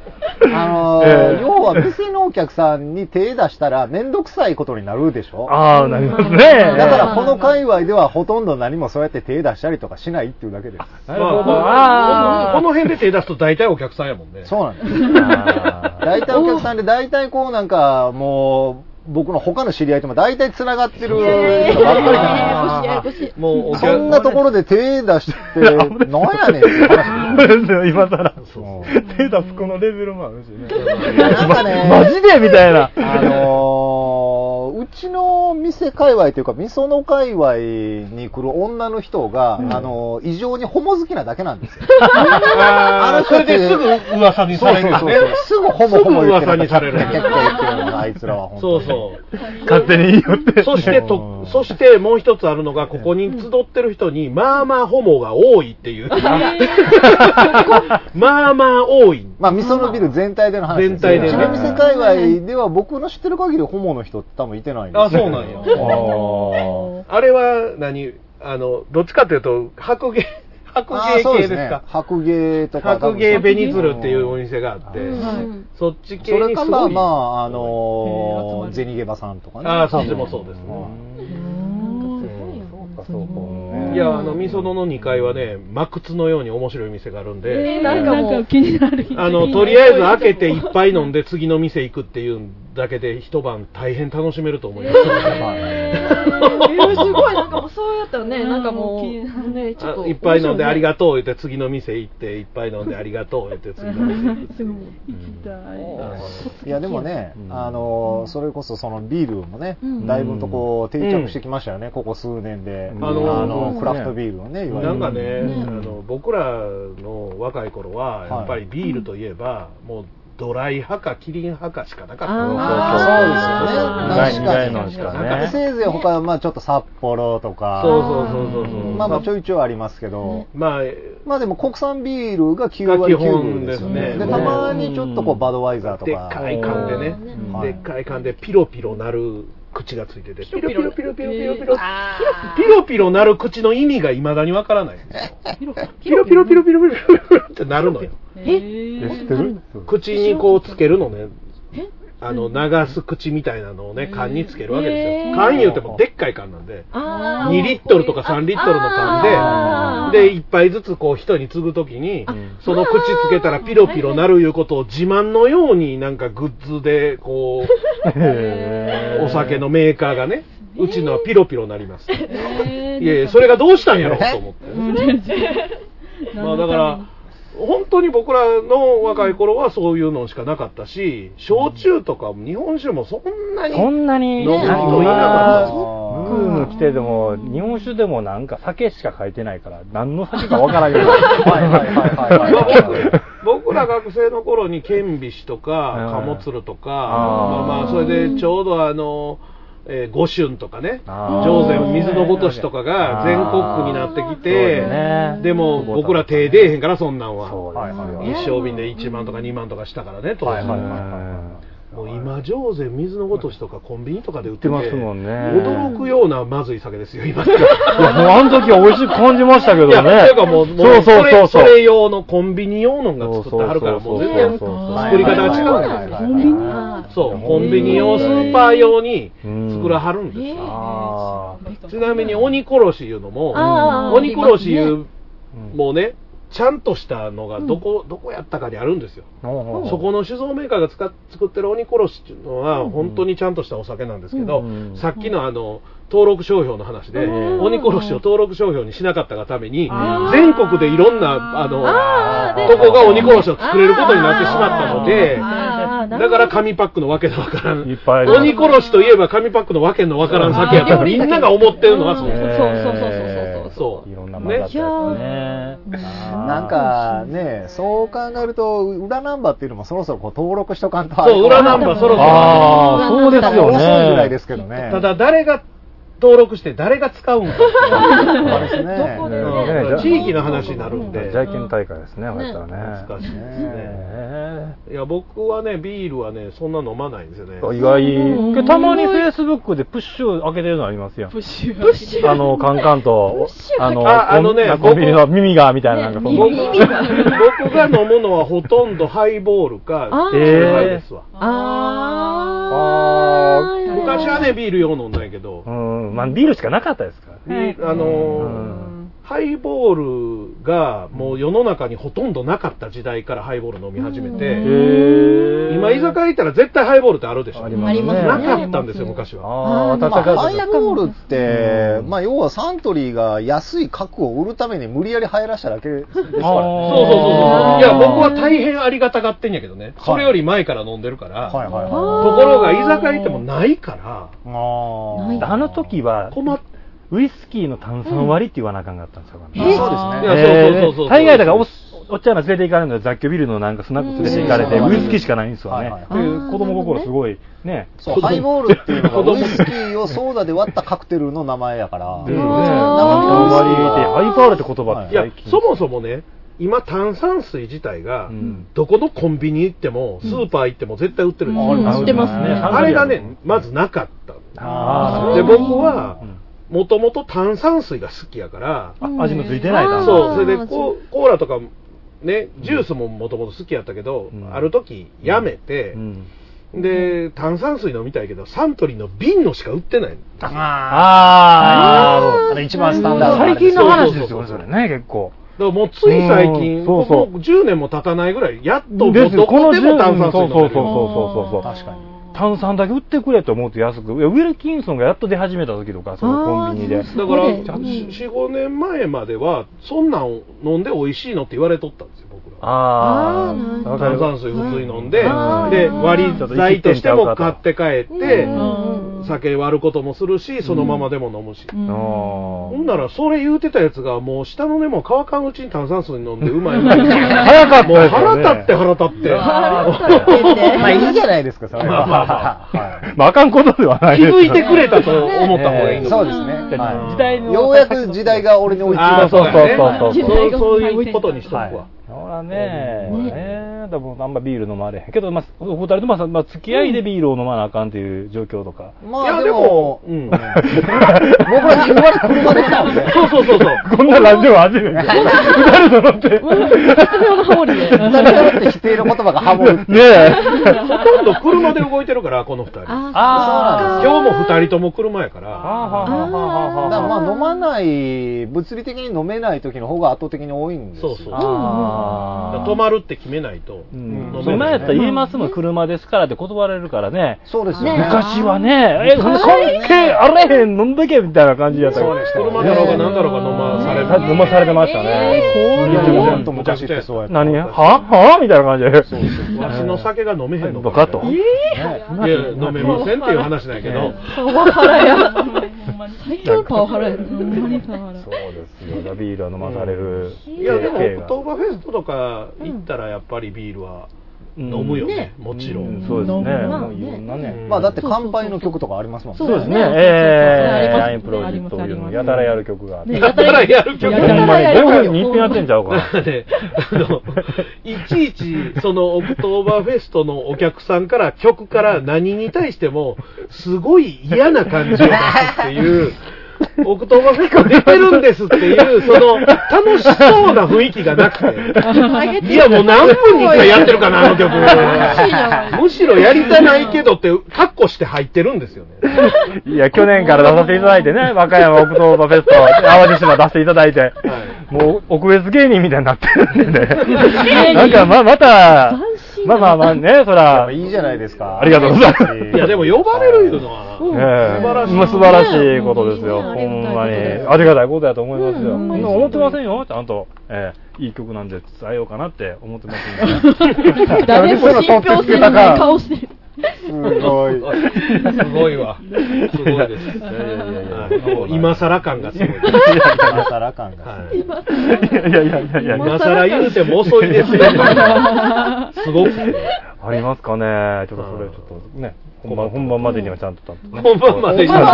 あの、
ええ
要は店のお客さんに手出したら面倒くさいことになるでしょ
ああ、なりますね。
だ
あ
からこの界隈ではほとんど何もそうやって手出したりとかしないっていうだけで
ま
な
あ
るほ
この
ど。あ
この辺で手出すと大体お客さんやもんね。
す。そうなんです。
あー。
大体お客さんで大体こうなんかもう僕の他の知り合いとも大体繋がってる人ばっかりだ
ややこしい、ややこしい。
もうお
な。
客
そんなところで手出して、
[laughs]
なんやねんっていう話
そうですよ、今更。
そう
手出すこのレベルもあるしね。
なんかね
マジでみたいな。
あのーうちの店界隈というか、みその界隈に来る女の人が、あのー異常にホモ好きなだけなんですよ。
あーそれですぐ噂にされるよね。
すぐホモホモ言って
すぐ噂にされる
結構言ってるのがあいつらは本当
そう
に。
そう。
勝手に言いよっ
[laughs]
て。
そしてと、そしてもう一つあるのが、ここに集ってる人に、まあまあホモが多いっていう。 [laughs] まあまあ多い。
まあ、みそのビル全体での話です
全
けど
体でね
うちの店界隈では僕の知ってる限りホモの人って多分いてないんです
あ、そうなんや。
あ
あれは何、あの、どっちかというと、白芸、白
あー
芸
そう
系
で
ですす
ね
か。
白芸とか。
白芸ベニズルっていうお店があって、
はい
そっち
そ
系
れ
にす
か
ごい。
まあまあ、あ
えー集ま
のー、
る
ゼニゲバさんとかね。
あーそっちもそうですね。
なんかすごいよ
そうか、そうか。
いや、あの、みそのの2階はね、真靴のように面白い店があるんで、
えーなんかもう、
気になる。
あの、とりあえず開けていっぱい飲んで次の店行くっていうだけで一晩大変楽しめると思います。
えーすごい、なんかもうそうやったらね、なんかもう、ね、ちょっ
あ
と。
いっぱい飲んでありがとう言って次の店行って、いっぱい飲んでありがとう言って次の店行って。
すごい。
行きたい。
いやでもね、
うん
あのーそれこそそのビールもね、
うん
だいぶとこう定着してきましたよね、ここ数年で、
うん
あの
あの
ークラフトビールをね、いわゆ
な
る。
んかね、
ね
あの僕らの若い頃はやっぱりビールといえば、もうドライ派かキリン派かしかなかった
あ
そうそうそうですよね。確
あ
苦
か
い
に。
のしかね
なんかせいぜい他はまあちょっと札幌とか、
そうそうそうそうそう
まあまあちょいちょいありますけど、
まあ
まあでも国産ビールが9割
が基本
9分
で
ですす
ね
よね。で、
ね
たまにちょっとこ
う
うんバドワイザーと
でっか
か。
い缶でね、
うん
でっかい缶でピロピロなる口がついててピロピロピロピロピロピロ
あ
ピロピロなる口の意味がいまだにわからないんですよ
ーピロ
ピロピロピロピロピロピロピロってなるのよ
え
え知ってる
口にこうつけるのねあの、流す口みたいなのをね、缶につけるわけです
へ
よ。
ー
缶言うてもでっかい缶なんで、
あ
2リットルとか3リットルの缶
あー
で、で、1杯ずつこう人に継ぐときに、その口つけたらピロピロなるいうことを自慢のようになんかグッズで、こう、お酒のメーカーがね、うちのはピロピロなります。い
え
やいや、それがどうしたんやろうと思ってね。まあだから、本当に僕らの若い頃はそういうのしかなかったし、焼酎とか日本酒もそんなに、
そんなに、
飲む
なん
人いなかった
ブーム来てでも、日本酒でもなんか酒しか書いてないから、何の酒かわからんけど。
はいはいはいはい
まあ
[laughs]
はい。
僕僕ら学生の頃に顕微子と
う
か
ん、
貨物るとか、
あー
まあまあ、それでちょうどあの、えー、五春とかね、
あー
上善水のごとしとかが全国区になってき
そう
て、
だね
でも僕ら手出えへんから、そんなん
そう
は。
ですよ
はい
一升瓶で1万とか2万とかしたからね、当時。
はいはいはい
もう今、上手水のごとしとかコンビニとかで売っ
売って
てて
ますもんね。
驚くようなまずい酒ですよ、今。い
いや、もうあの時は美味しく感じましたけどね。
や、ていうかもう、も
そうそうそ
そ
うそう
れそれ用のコンビニ用のが作ってあるから、もう全
そ
然
うそうそうそう
作り方が違うんですよ
はいはいはい
コンビニ
はい
そう、コンビニ用、スーパー用に作らはるんですよ。
あー
ちなみに、鬼殺しいうのも、
あー
鬼殺しいう、
うん
もうね、ちゃんとしたのがどこ、どこやったかにあるんですよ。
うん
そこの酒造メーカーが使っ作ってる鬼殺しっていうのは、本当にちゃんとしたお酒なんですけど、
うん
さっきのあの登録商標の話で、
うん
鬼殺しを登録商標にしなかったがために、
あー
全国でいろんなあの
あー
とこが鬼殺しを作れることになってしまったので、
あーなる
だ
ほど
から紙パックのわけのわからん
いっ。ぱいあ
鬼
る。
殺しといえば紙パックのわけのわからん酒やった
あ
ら
ー
みんなが思ってるのはそう
料理だ
で
け
す。
そうそうそうそうそうそうそう
そう
いろんな混ざったやつね。
なんかね、そう考えると、裏ナンバーっていうのもそろそろこう登録しとかんと。
そう、裏ナンバーそろそろ。
ああ、そうですよね。
遅いぐらいですけどね。
ただ誰が登録して誰が使うんかっていう
あれですね。
どこで
ね
うん
じゃあ
地域の話になるんで
じゃ、んけん大会ですね、入ったらね。
難しいですね。
ね
いや、僕はね、ビールはね、そんな飲まないんですよね。
意外。けどたまにフェイスブックでプッシュ開けてるのありますやん
プ。ッシュ。
あの、カンカンと、あの、
ああのね
コンコンビニの耳が、みたいな、なんかそんな
僕僕が飲むのはほとんどハイボールか、
あー
チューハイですわ。
あー
昔はね、ビール用飲んだんやけど
う、ん、まあ、ビールしかなかったですから
ビ
ね。
ールあのー、ハイボールがもう世の中にほとんどなかった時代からハイボール飲み始めて、
へ
今居酒屋行ったら絶対ハイボールってあるでしょ。
ありますね
なかったんですよ、昔は。
ああ、
ま
暖
あ、
か
ハ
い
イボールって、
うん
まあ、要はサントリーが安い核を売るために無理やり入らしただけですから
あ
そうそうそうそう
ね。
あー
いや、僕は大変ありがたがってんやけどね。それより前から飲んでるから。
はいはいはい。
ところが、居酒屋行ってもないか
あ
あの時は
ら、、困っ
ウイスキーの炭酸割りって言わなあかんかったんですよ。
そう
い
ですね。
やそうそうそうそう
えー大概だからおっ、おっちゃんら連れて行かれるので、雑居ビルのなんかスナック連れて行かれて、
うん
ウイスキーしかないんですよね。
はい
と
はい
いう子供心すごい、ね。
そうハイボールっていうのがウイスキーをソーダで割ったカクテルの名前やから。
ですね。炭
あ
酸
ー
割りで、ハイボールって言葉って
いや
最、近。
そもそもね、今炭酸水自体が、
うん
どこのコンビニ行っても、スーパー行っても絶対売ってるでしょ、
うん知ってますね
あれがね、まずなかった。
あー
で、僕は
う、ん
もともと炭酸水が好きやから、
あ味のついてない
うん
な。
そう、それでココーラとか、ね、ジュースももともと好きやったけど、
うん
ある時やめて、
うん
で、炭酸水飲みたいけど、サントリーの瓶のしか売ってない。
あ
あ
あれ一番スタンダー
あ
ドな
最
んです
近
よ
の話ですよね、それね、結構。
だからもうつい最
うん
近、
そうそう
もう10年も経たないぐらい、やっともう
です
どこで
10
も炭酸水
そう
飲
そ
める
うそうそう
よ。
そうそう。
確かに。
炭酸だけ売ってくれと思うと安く。いやウィルキンソンがやっと出始めた時とか、そのコンビニで。
だから、
うん
4、5年前までは、そんなん飲んで美味しいのって言われとったんですよ、僕ら。
ああ、わか
炭
る。
酸水普通に飲んで、
あー
で、割り剤としても買って帰って、
うん
酒割ることもするし、そのままでも飲むし。
あ
ほんなら、それ言うてたやつが、もう下の根も乾かんうちに炭酸水飲んでうまいな。
あ早かった
もう
ですよね
腹立って腹立って。
まあいいじゃないですか、それは。
まあま
は
まあ、あかんことではない
気
です
づいてくれたと思った方がいい
い
の
そう
か
で
な。
すね。
時
は
代
いようやく時代が俺に追いつい
ああ、
た。
そうやね
そうそうそう
そうそういうことにしとくわ。
ほらね、ねあんたもうあんまビール飲まれへんけど、まあ、お二人とも、まあまあ、付き合いでビールを飲まなあかんっていう状況とか。
ま
いや
あ
で
で
も
も、
うん
僕ら昼間に車で来たんで。
そうそうそうそう。
こんなラジオ初めて。二人揃って。
だからって否定の言葉がハ [laughs] モる。
ねえ。
ほとんど車で動いてるから、この二人。今
あ
あ
日も二人とも車やか
あ
ら。
はあはあはあは
だ
あ
から
[laughs]
まあ飲まない、物理的に飲めない時の方が圧倒的に多いんですよ。
そうそう
あ
だ
あ
から止まるって決めないと。
うん
飲
そ
め
んな
な
んや
い
ったら言えますもん、車ですからって断られるからね。
そうですよね。
昔はね、え、関係あれへん、飲んどけみたいな感じやった
そうです。車だろうが何だろうが飲まされ
だって飲
る。
まされてましたね。
本当昔ってそうやった。
何やははみたいな感じで。
わしの酒が飲めへんの
バカと。
いや、飲めませんっていう話なんやけど。
パワハラや。
ほんまに
最強パワハラや。
ほんまにパワハラ
そうですよ、ビールは飲まされる。
いや、でも、オクトーバーフェストとか行ったら、やっぱりビールは飲むよね。もちろん。
そうですね。
飲むな
もういろんなね。
まあだって乾杯の曲とかありますもん
そうですね。えー、ラインプロジェクトというのをやたらやる曲があって。
だからやる曲
ほんまに、5分に一品やってんちゃうか。
で、あの、いちいち、その、オクトーバーフェストのお客さんから、曲から何に対しても、すごい嫌な感じを出すっていう、オクトーバーフェスト出てるんですっていう、その、楽しそうな雰囲気がなく [laughs] て、いや、もう何分に一回やってるかな、あの曲。むしろやりたないけどって、カッコして入ってるんですよね。
いや、去年から出させていただいてね、和歌山オクトーバーフェスト、淡路島出していただいて、もう、奥別芸人みたいになってるんでね、なんか、ま、また、まあまあまあね、そら、
いいじゃないですか。
ありがとうございます
いや、でも呼ばれるいうのは、
ええまあ素晴らしいことですよ。ほんまに。ありがたいことだと思いますよ。そんな思ってませんよ、ちゃんと。ええいい曲なんで伝えようかなって思ってます
[laughs]
んで。
誰も信憑性のない顔してる。
すご [laughs] い。
すごいわ。すごいです。
いやいやいやいや
もう今更感がすごい。
今更感がす
は
る。
い
いやいやいやいやいや
今更言うても遅いですよ。すごくて。
ありますかね。ちょっとそれ、ちょっとね、本番、本番までにはちゃんと、
本番までに
ちゃんと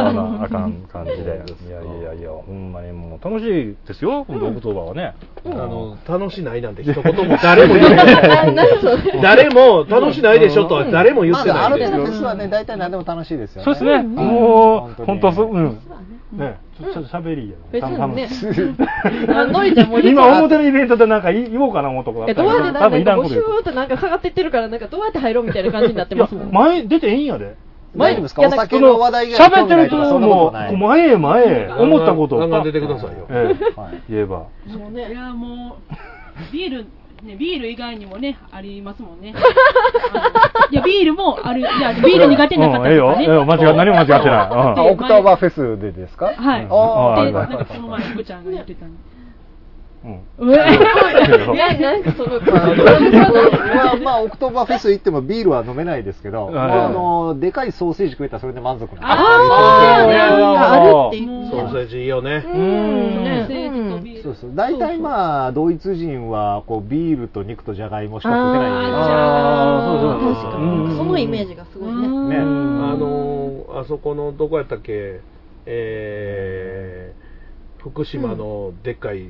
は
あのあかん感じで。いやいやいや、ほんまにもう楽しいですよ、本当、オクトーバーはね。
あの、楽しないなんて一言も [laughs] 誰も言ってない。誰も、楽しないでしょとは誰も言
ま
って
だ
な
あ
いん
る
で
程度フェスはね、大体何でも楽しいですよね。
そうですね。もう、
本当
本当
に
そう、うん。ね、ちょちょっと喋りや
別
な。
にね。あのりちゃんもいい
今、表のイベントでなんか言おうかな、思うとこだっ
え、
たけ
ド
ど
アでな
多分い
ん
ら
か、
ん
こう
こと
シ
言
ュ
う
ーってなんか下がってってるから、なんかどうやって入ろうみたいな感じになってますもん。
いや前出てええんやで。
前ですかお酒の話題が
喋ってる
と
と
かそんなこと
も
な
う、
い。
前へ前へ、思ったこと
ガ
を。
ンガン出てくださいよ。
ええ
はい
言えば。
もうね、いやもう、ビール、ね、ビール以外にもね、ありますもんね。あのいや、ビールもある、いや、ビール苦手な方と
うん
か
ええよ。ええ
ね。
よ。間違い、何も間違ってない。
あ
うん
オクトーバーフェスでですか
はい
うん
あ
で、
あ
なん
ー
かこの前、福ちゃんが言ってたの。
うん。
うえ
いや、なんかその、
まあ、まあ、オクトーバーフェス行ってもビールは飲めないですけど、
はい
まああの、でかいソーセージ食えたらそれで満足
あー
なんで
あ
るって言
ソーセージいいよね。
うん
ソー
ね
セージとビー
そう
ル。
です大体まあ、ドイツ人は、こう、ビールと肉とじゃがいもしか食べないんで
ああ、そうそう。
確か
うん
そのイメージがすごいね。
うん
ね
あのーあそこのどこやったっけ、えー、福島のでっかい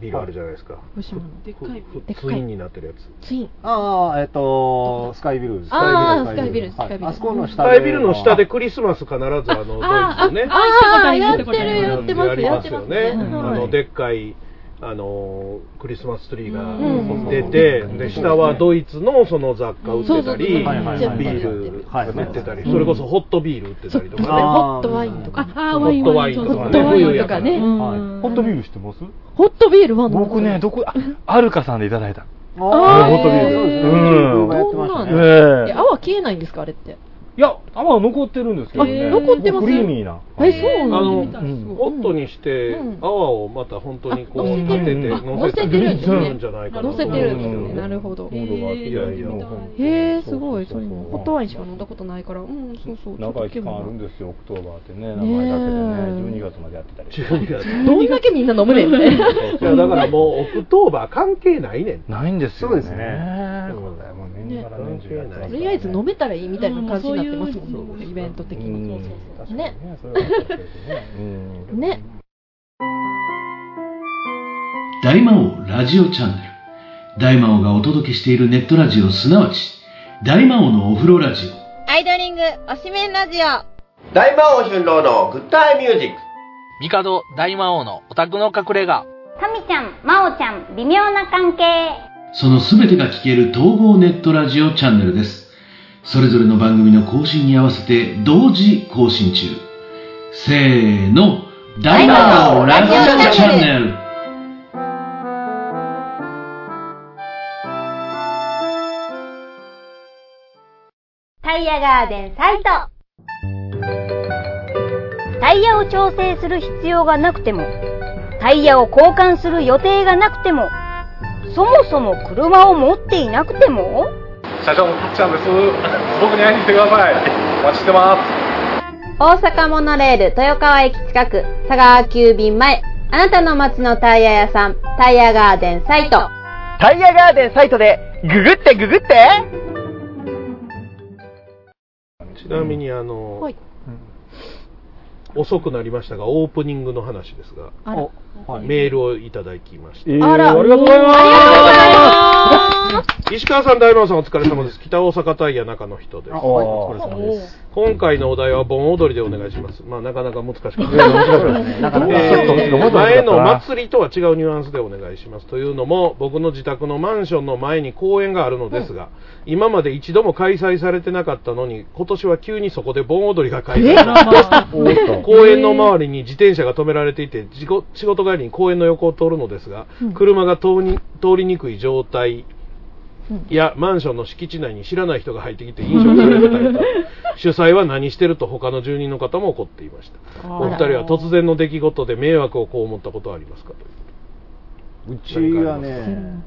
ビルあるじゃないですか、
福島の。
でっかいビー
ふ
ル。
ツインになってるやつ
ツイン。
ああ、えっと、スカイビルです
あースカイビ
はい
ルスカイビル
あそこの下
スカイビルの下でクリスマス必ずあのドイツのね
ああ、やってる、やってます、
や
や
ります
って
よ
ます
ね、
ね。
あ
は
の
い
でっかいあのークリスマスツリーが
うん
出て、で下はドイツのその雑貨売ってたり、
うん
ビ
はいはいはい
ール売ってたり、
はい
それこそホットビール売ってたりとかね、
ホットワインとか。
ああ、
ホ
ワ
ッ
イン
トワインと
ホ
か
ッ
ね
トワイン
冬や
と
か
からね。
は
ホットビール知ってます
ホットビールは
僕ね、どこ、あアルカさんでいただいた。
い。あ
ーホットビールうん
やってました
どん
ね
なのえ、
ええ。
泡消えないんですか、あれって。
いや、泡は残ってるんですけどね。
あ残ってます
クリーミーな。
え、そうなの
あ
のうん
ホットにして
うん
泡をまた本当にこう
あ
立てて
うん
乗せた
乗せ
り
てるん
す
ですね
るんじゃないかなと
乗
思う
せてるんです
う
ね。
ん
なるほど。
え
へ
ー
いやいやもう
え、すごい。それも、ホットワインしか飲んだことないから。うん、そうそう。
長い期間あるんですよ、オクトーバーってね、名前だけでね、12月までやってたりして。
12月
どんだけみんな飲むねんね。
[laughs] いやだからもうオクトーバー関係ないねん
ないんですよ、
そ
ね。
うですね
これもう年がら年中やってますから
[laughs] と
ね
りあえず飲めたらいいみたいな感じになってますもんね、イベント的に。
うん
ね。
確かにねそれは確かにねうん
ね。
大魔王ラジオチャンネル大魔王がお届けしているネットラジオ、すなわち、大魔王のお風呂ラジオ。
アイドリング推しメンラジオ
大魔王春郎のグッドアイミュージック。
帝大魔王のオタクの隠れ家。
タミちゃん、マオちゃん、微妙な関係。
そのすべてが聞ける統合ネットラジオチャンネルです。それぞれの番組の更新に合わせて同時更新中。せーの、大魔王ラジオチャンネル。
タイヤガーデンサイトタイヤを調整する必要がなくてもタイヤを交換する予定がなくてもそもそも車を持っていなくても
社長もたっちゃんです。僕に会いに来てください。お待ちしてます。
大阪モノレール豊川駅近く佐川急便前あなたの街のタイヤ屋さんタイヤガーデンサイト
タイヤガーデンサイトで、ググってググって
ちなみにあの、遅くなりましたが、オープニングの話ですが、
あら
メールをいただきました。
えー、ありがとうございます。
石川さん、大魔王さんお疲れ様です。北大阪タイヤ中の人です。
あお疲れ様です。
今回のお題は盆踊りでお願いします。まあ、なかなか難しくて。
[laughs]
いや面白いですねなかなかちょっと面白いことだったな
前の祭りとは違うニュアンスでお願いします。というのも、僕の自宅のマンションの前に公園があるのですが、今まで一度も開催されてなかったのに、今年は急にそこで盆踊りが開催されました。
おっと。
公園の周りに自転車が止められていて、事故仕事帰りに公園の横を通るのですが、車が通り通りにくい状態や、マンションの敷地内に知らない人が入ってきて飲食されるタイプ、主催は何してると他の住人の方も怒っていました。お二人は突然の出来事で迷惑をこう思ったことはありますかという
うちはね、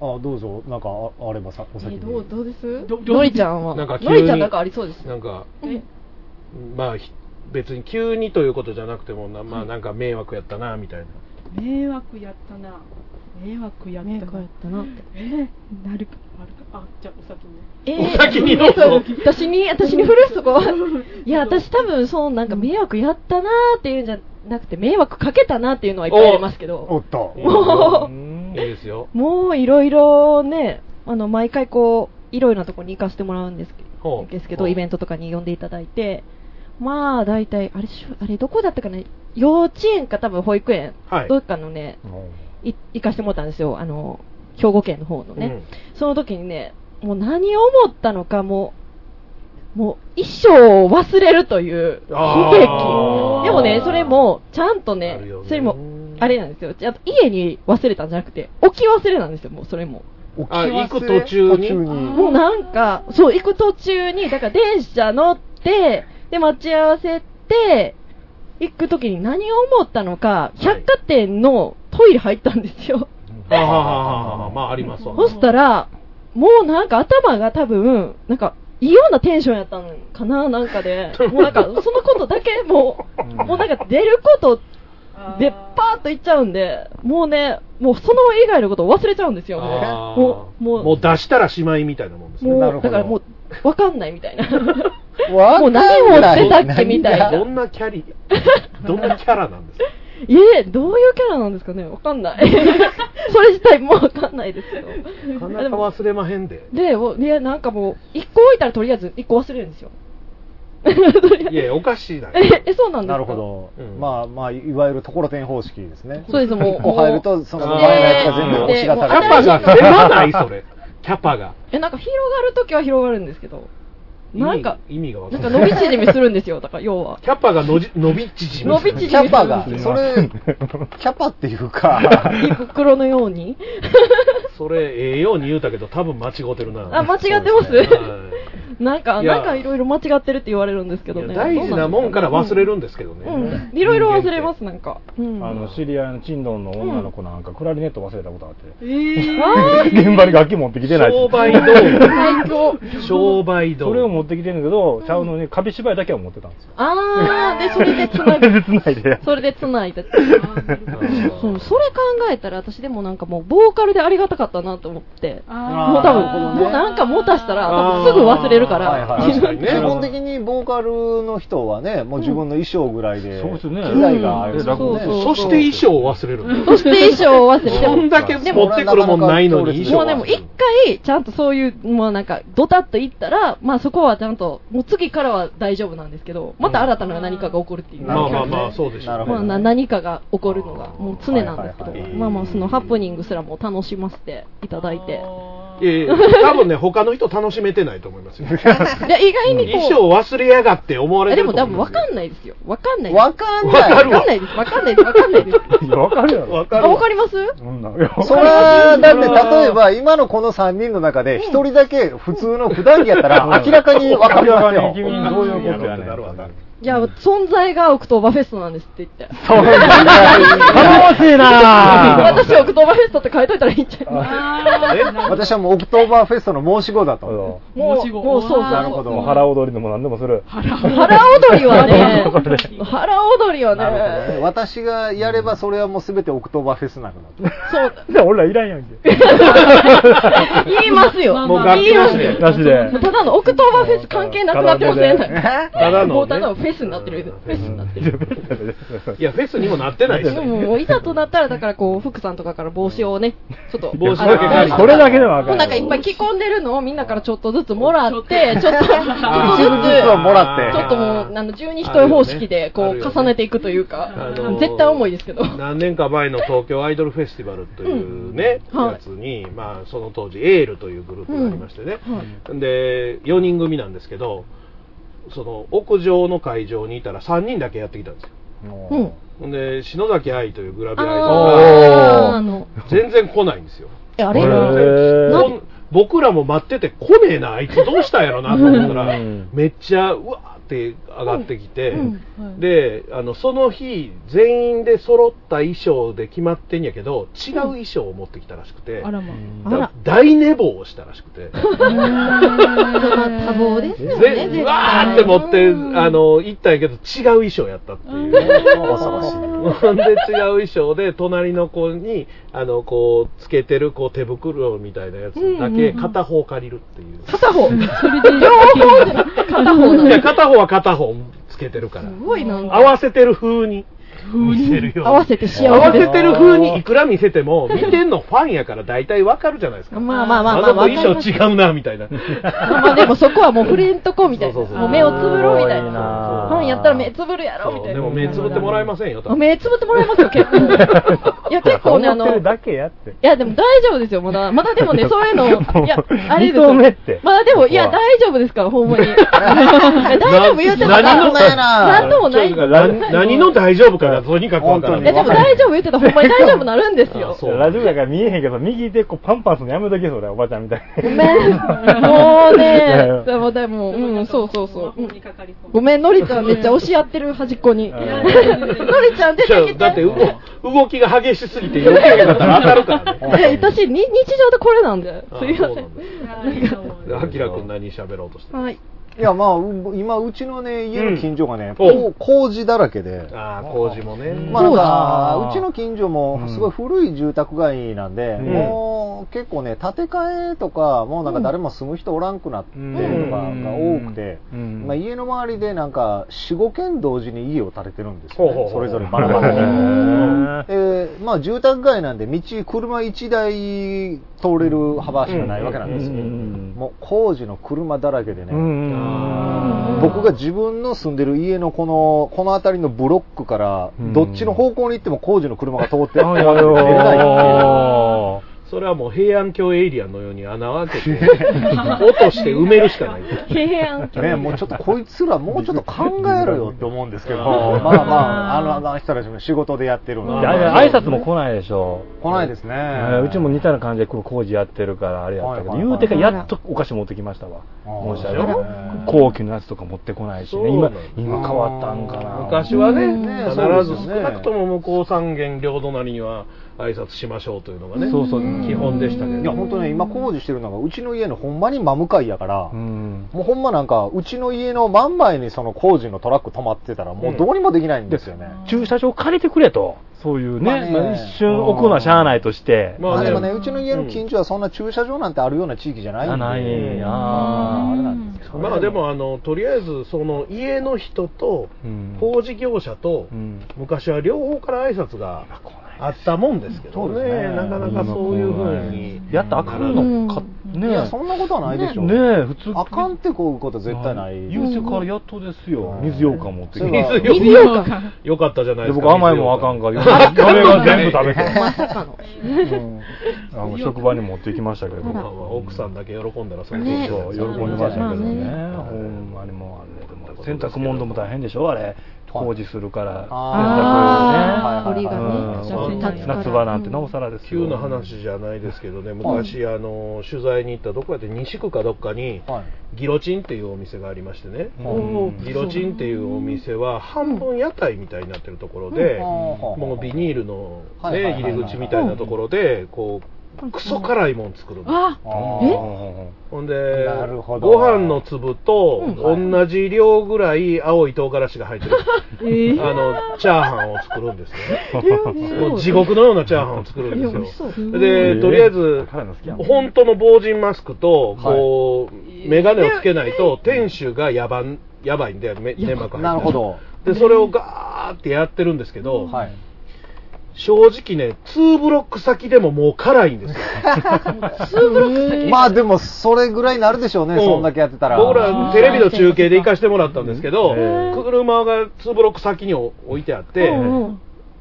あ、どうぞ、なんかああればさ、お先
え
に。
どうどうです
どど
のりちゃんは
なんか急に
のりちゃんなんかありそうです
なんか
え、
まあ、ひ別に急にということじゃなくても、なまあ、なんか迷惑やったな、みたいな。
迷惑やったな。迷惑やったな。
迷惑やったなって
えーなるか、あるか。あ、じゃあお先に。
え
お先にどうぞ
そう私に私に振るそこはいや私多分そうなんか迷惑やったなーっていうんじゃなくて迷惑かけたなっていうのはいっぱいありますけ
お
ど
っと。
いいですよ。
もういろいろねあの毎回こういろいろなとこに行かせてもらうんですけど
ほう
ですけど、イベントとかに呼んでいただいて、まあ、大体、あれ、しゅあれどこだったかな、幼稚園か多分保育園、
はい
どっかのね、い行かしてもらったんですよ、あの、兵庫県の方のね、その時にね、もう何を思ったのか、もう、もう一生を忘れるという悲
あー
劇。でもね、それも、ちゃんと
あ
ね
るよ、ね
それも、あれなんですよ。ちゃんと家に忘れたんじゃなくて、置き忘れなんですよ、もうそれも。
起き
あ
忘れ
行く途中に
途
もうなんか、そう、行く途中に、だから電車乗って、で、待ち合わせて、行く時に何を思ったのか、百貨店のトイレ入ったんですよ。
はあはあはあはあはあ、まあありますわ。
そしたら、もうなんか頭が多分、なんか、異様なテンションやったのかな、なんかで。もうなんか、そのことだけ、もう、もうなんか出ることで、パーッと行っちゃうんで、もうね、もうその以外のことを忘れちゃうんですよ、ね。
あー
もう、もう、
もう出したらしまいみたいなもんですね。
なるほ
もう、
ど
だからもう、わかんないみたいな。 [laughs]
わ
も
か
うん
ない
何をしてたっけみたいな。
どんなキャ
[laughs]
リ、どんなキャラなんですか
いえ、どういうキャラなんですかねわかんない。 [laughs] それ自体もうわかんないですけど。
なかなか忘れまへんで。
で、おね、なんかもう、一個置いたらとりあえず一個忘れるんですよ。 [laughs] とりあえず
いやいや、おかしいな。
え、えそうなんです
[laughs]
か
なるほど、
うん
まあまあいわゆるところてん方式ですね
そうです、もう。
こう入るとその
ね
前のやつが全部押しが
キ
た
ャ
れ
パ
て
が狭ない、それ。キャパが。
え、なんか広がるときは広がるんですけど、なんか、
意味意味がわか
なんん
な
か
い。
伸び縮みするんで
[laughs]
すよ、だから要は。
キャパがのじ伸び縮み。
伸び縮みするんで
キ
す
ャ
よ
パがそれキャパっていうか
胃袋のように。
それ、ええように言うたけど、多分間違ってるな。
あ、間違ってま
そうですすねはい
[laughs] なんか、
いや
なんかいろいろ間違ってるって言われるんですけど
い
ね。
や大事なもんから忘れるんですけどね。
うん、いろいろ忘れます、なんか。うん。
あの、知り合いのチンドンの女の子なんか、クラリネット忘れたことあって。
えー、
現場に楽器持ってきてないっ
商
て。
売道具。商売道具。
それを持ってきてんだけど、ちゃうのに、カビ芝居だけは持ってたんですよ。
あー、で、それでつな
それで
ぐ。
繋いで。
それでつな
[laughs]
いで。
あ
そう、
ー
それ考えたら私でもなんかもうボーカルでありがたかったなと思って。
あ
もう多分、
ー
もうなんか持たしたら
あー
多分すぐ忘れるか
[laughs] はい
ら。
はい
自分
基本的にボーカルの人はね、もう自分の衣装ぐらいで、そうですね。機材がある
そうそうそう
そして衣装を忘れる
そして衣装を忘れて。
そんだけ持ってくるもんないのに衣装
も
は
うでも一回、ちゃんとそういう、まあなんか、ドタッといったら、まあそこはちゃんと、もう次からは大丈夫なんですけど、また新たな何かが起こるっていう。
まあまあまあ、そうでしょうね。
まあ、な何かが起こるのがもう常なんですけど、
はいはいはい
まあまあそのハプニングすらも楽しませていただいて、
ええ多分ね、他の人楽しめてないと思いますよ。
いや意外にこう
衣装忘れやがって思われて
えで
る
も
と思
多
う
分わかんないですよ。わかんない。
わかんない
わかんないです。わかんないです。わかんないです。
いや、わかるやろ。
わ
あわかります
それは、だって例えば今のこの3人の中で1人だけ普通の普段着やったら明らかに分かりますよ。
明らかに君どういうことやねん
いや、存在がオクトーバーフェストなんですって言って。
そうなんだ頼もしいな
私オクトーバーフェストって書いといたらいいんじゃない
私はもうオクトーバーフェストの申し子だと。
もう、もうそうそう。
なるほど。
腹踊りでも何でもする。
腹踊りはね、腹踊りはね、
私がやればそれはもう全てオクトーバーフェスなのだ
そう。
じゃあ俺らいらんやんけ。
言いますよ。
もう楽器なしで
言い
なしで [laughs]
ますただのオクトーバーフェス関係なくなってません
ただのね
もうただのフェスになってる。フェスになってる。
いや、フェスにもなってないし
で。ももういざとなったら、だからこう、福さんとかから帽子をね、ちょっと。
[laughs] 帽子だけ借りて
あの
これだけで
わかる
もうなんかいっぱい着込んでるのをみんなからちょっとずつもらって、ちょっと、ちょっとずつ、ち
あー一部ずつをもらって
ょっともう、あの、十二人方式で、こう、重ねていくというか、絶対重いですけど。
何年か前の東京アイドルフェスティバルというね、
うんはい
やつに、まあ、その当時、エールというグループがありましてね、で、4人組なんですけど、その屋上の会場にいたら3人だけやってきたんですよ。
うん。
ほんで、篠崎愛というグラビアアイ
あーあ
ドル
の
が、全然来ないんですよ。
えあれ
へー
な
こん僕らも待ってて来ねえな、あいつどうしたんやろなと思ったら、めっちゃ、うわーって上がってきて、であのその日全員で揃った衣装で決まってんやけど違う衣装を持ってきたらしくて、
あらま。あら
だ。大寝坊をしたらしく
[laughs]
て
多忙ですよね、
ぜうわーって持ってあの行ったんやけど違う衣装やったっていう恐ろしいで違う衣装で隣の子にあのこうつけてるこう手袋みたいなやつだけ片方借りるっていう、
片方。両方じゃなくて片方
い
な
や
の。
片方は片方つけてるから
すごいなんか
合わせてる風に見せるように
合わせて幸せです
合わせてる風にいくら見せても見てんのファンやから大体わかるじゃないですか
まあまあまあ
あ
ま
の
あ、
子
わかり
衣
ます
装違うなみたいな
まあでもそこはもう触れんとこみたいな。
そうそうそう
もう目をつぶろうみたい
そうそうそう
な。ファンやったら目つぶるやろみた
で
いな。
も目つぶってもらえませんよ多
あ
分
目つぶってもらえますよ、結
[laughs]
構。いや、結構ね、あの、
思ってる
い
だけやって。
や、でも大丈夫ですよ、まだ。まだ
[laughs]
でもね、そういうの、いや、あれです
二層
よ
目って。
まだでも、いや、
ここは
大丈夫ですから、ほん
[laughs]
まに。いや大丈夫言うてた
何の
なんともない。
何何の大丈夫かがとにかくわから
い
な
や、
い
でも大丈夫言ってたら、ほんまに大丈夫なるんですよ。
そう
ラジオやから見えへんけど、右手こうパンパンするのやめとけ、それ、おばちゃんみたい
ご
に。
めん。もう
いやいや
ね、でもでも、うん、そうそうそう。うんごめん、のりちゃんめっちゃ押し合ってる端っこ [laughs] に。のりちゃん出て [laughs]
じゃあ
き
だって
て。
動動きが激しすぎて余計だったら当たるからね
え、私、に日常でこれなんで。すいません。
あきらくん何喋ろうとして
はい。
いや、まあ、う今、うちのね、家の近所がね、
うんお
こう工事だらけで、
ああ工事もね
まあなん
そう
か
だ
うちの近所もすごい古い住宅街なんで、
ん
もう結構ね、建て替えとか、もうなんか誰も住む人おらんくなってるのが,、
うん
が多くて、
うん
まあ、家の周りでなんか4、5軒同時に家を建ててるんです
ほう
よ、
ほう
ね
ほう
それぞれバラバ
へ
ラで。でまあ住宅街なんで道、車1台通れる幅しかないわけなんですよ。もう工事の車だらけでね、僕が自分の住んでる家のこの、この辺りのブロックから、どっちの方向に行っても工事の車が通って、
あや
出れないって
よ
それはもう平安京エイリアンのように穴を開けて落として埋めるしかない
平安
いうね、もうちょっとこいつらもうちょっと考えろ
[laughs]
よって思うんですけど、ま
あ
あ
ー
まあ、あのあの人たちも仕事でやってるんで
ー。い、やいや挨拶も来ないでしょ。
来ないですね。
えーうちも似たような感じでこの工事やってるからあれやったけど、
はいはい
言
は
う
い
てかやっとお菓子持ってきましたわ。
ー
申し訳ない。後期のやつとか持ってこないしね。
そうな
今
の、
今変わったんかな。
昔はね
ね
必
そうで
ず
す
少
ね
なくとも向こう三軒両隣には挨拶しましょうというのがね
そうそう
基本でしたけ
いや、
ど
本当ね、今工事してるのが、うちの家のほんまに真向かいやから、
うん。
もうほんまなんか、うちの家の真ん前にその工事のトラック止まってたら、もうどうにもできないんですよね。
駐車場借りてくれと。そういうね、
まあね
まあ一瞬置くのはしゃあないとして。
ま
ま
あ
あ
ね
でもね、うちの家の近所はそんな駐車場なんてあるような地域じゃないんで。
あないんや
あーあれなんですよ
そね
まあでもあのとりあえずその家の人と工事業者と昔は両方から挨拶があったもんですけどねなかなかそういうふうに
やったらあかんのかね
いや、そんなことはないでしょ。
ねえ普通
あかんってこういうことは絶対ない。
言うてからやっとですよ水ようかん持ってきて
水
で
ようかんよかったじゃないですか
僕甘いもんあかんから嫁が全部食べて
まさかの。
あの職場に持ってきましたけど
まあまあ奥さんだけ喜んだらそれ
ね
で
喜んでましたけどね、ほんまにもうあれでも洗濯物も大変でしょ、あれ、工事するから、
あーあー
洗濯ね
鳥
うん
がね立つから
夏場なんてなおさらです
急
よ、
な話じゃないですけどね昔あの取材に行ったどこやって西区かどっかにギロチンっていうお店がありましてね
お
ギロチンっていうお店は半分屋台みたいになってるところで
うん
もうビニールの
はいはい
ね
はいはい
入り口みたいなところでこうクソ辛いもん作るの
あ
ほんで
なるほど
ご飯の粒と同じ量ぐらい青い唐辛子が入ってる、
えー
あのチャーハンを作るんです [laughs] よ
え
ね
ー
もう地獄のようなチャーハンを作るんですよ
いや
でとりあえず
辛いの好きやもん
本当の防塵マスクとこう眼鏡をつけないと店主が野蛮やばいんでめ粘膜入って
なるほど
でそれをガーってやってるんですけど、正直ね2ブロック先でももう辛いんですよ
まあでも、それぐらいになるでしょうね、
うん
そんだけやってたら。
僕らテレビの中継で行かせてもらったんですけど、車が2ブロック先に置いてあって、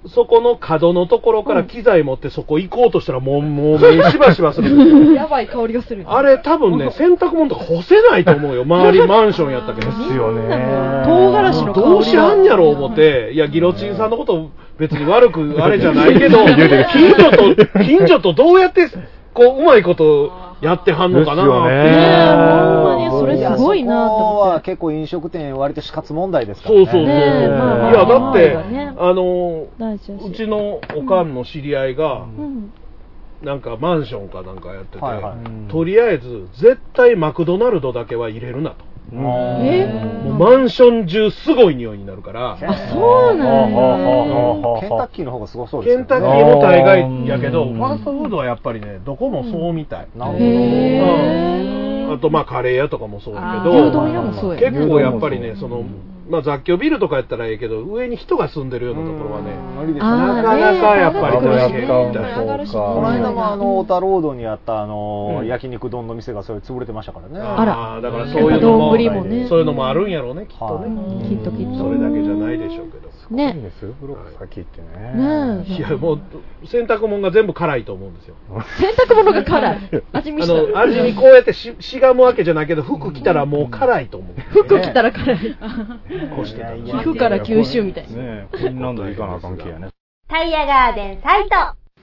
そこの角のところから機材持ってそこ行こうとしたらもう、もう目しばしばするんですよ。
やばい香りがする。
あれ多分ね、洗濯物とか干せないと思うよ。周りマンションやったけど。
ですよね、
唐辛子の香りが
どうしはんやろう思って、いや、ギロチンさんのこと別に悪くあれじゃないけど、
いやいや
近所と、近所とどうやって、こう、うまいことやってはんのかなっていう
ですよね
ほんまにそれすごいなと
そこ
思
は結構飲食店割と死活問題ですから
そう
ね。
そうそう。い
ねえまあまあ
や、だっ
周り
て、
がね
あの、
大事だし
うちのおかんの知り合いが、
うん
なんかマンションかなんかやってて、
はいはい
とりあえず絶対マクドナルドだけは入れるなと。
え
もうマンション中すごい匂いになるから、
そうなんや。
ケンタッキーの方がすごそうで
ケ
す
ン
よ
タッキーも大概やけど、ファーストフードはやっぱりね、どこもそうみたい。
なるほ
う
ど
んあとまあカレー屋とかもそうだけど、
あー牛丼屋もそうやね
結構やっぱりね、その、まあ雑居ビルとかやったらええけど、上に人が住んでるようなところはね、なかなかやっぱり大
あーね
変みたいな。
この間もあ
うん
の、オタロードにあったあの、
うん
焼肉丼の店がそれ潰れてましたからね。
あ
ら
ーだからそういうのも
やっぱ丼もね
そういうのもあるんやろうね、きっとね。
きっときっ
そ
と。
れだけじゃないでしょうけど。
ね。
いいですよ、ブロック先ってね。
ねえ
いや、もう、洗濯物が全部辛いと思うんですよ。
洗濯物が辛い。味
あ
見した。
の、味にこうやってししがむわけじゃないけど、服着たらもう辛いと思う。
服着たら辛い。
こうしてたら
皮膚から吸収みたいな。
ねえ、フィンランド行かなあかんけやね。
タイヤガーデンサイト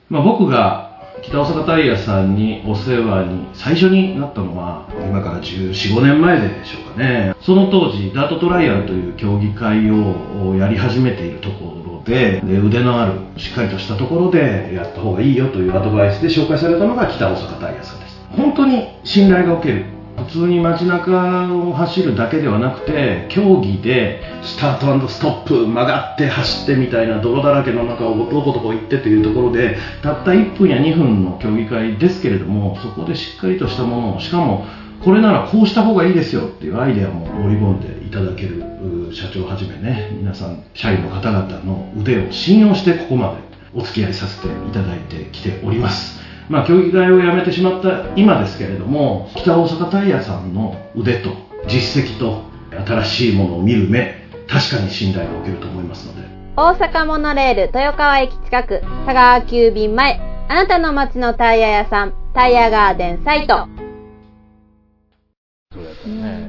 まあ、僕が北大阪タイヤさんにお世話に最初になったのは今から1415年前でしょうかねその当時ダートトライアルという競技会をやり始めているところでで腕のあるしっかりとしたところでやった方がいいよというアドバイスで紹介されたのが北大阪タイヤさんです本当に信頼がおける普通に街中を走るだけではなくて競技でスタートストップ曲がって走ってみたいな泥だらけの中をどこどこ行ってというところでたった1分や2分の競技会ですけれどもそこでしっかりとしたものをしかもこれならこうした方がいいですよっていうアイデアも織り込んでいただけるう社長はじめね皆さん社員の方々の腕を信用してここまでお付き合いさせていただいてきておりますまあ競技会をやめてしまった今ですけれども北大阪タイヤさんの腕と実績と新しいものを見る目確かに信頼がおけると思いますので
大阪モノレール豊川駅近く佐川急便前あなたの街のタイヤ屋さんタイヤガーデンサイト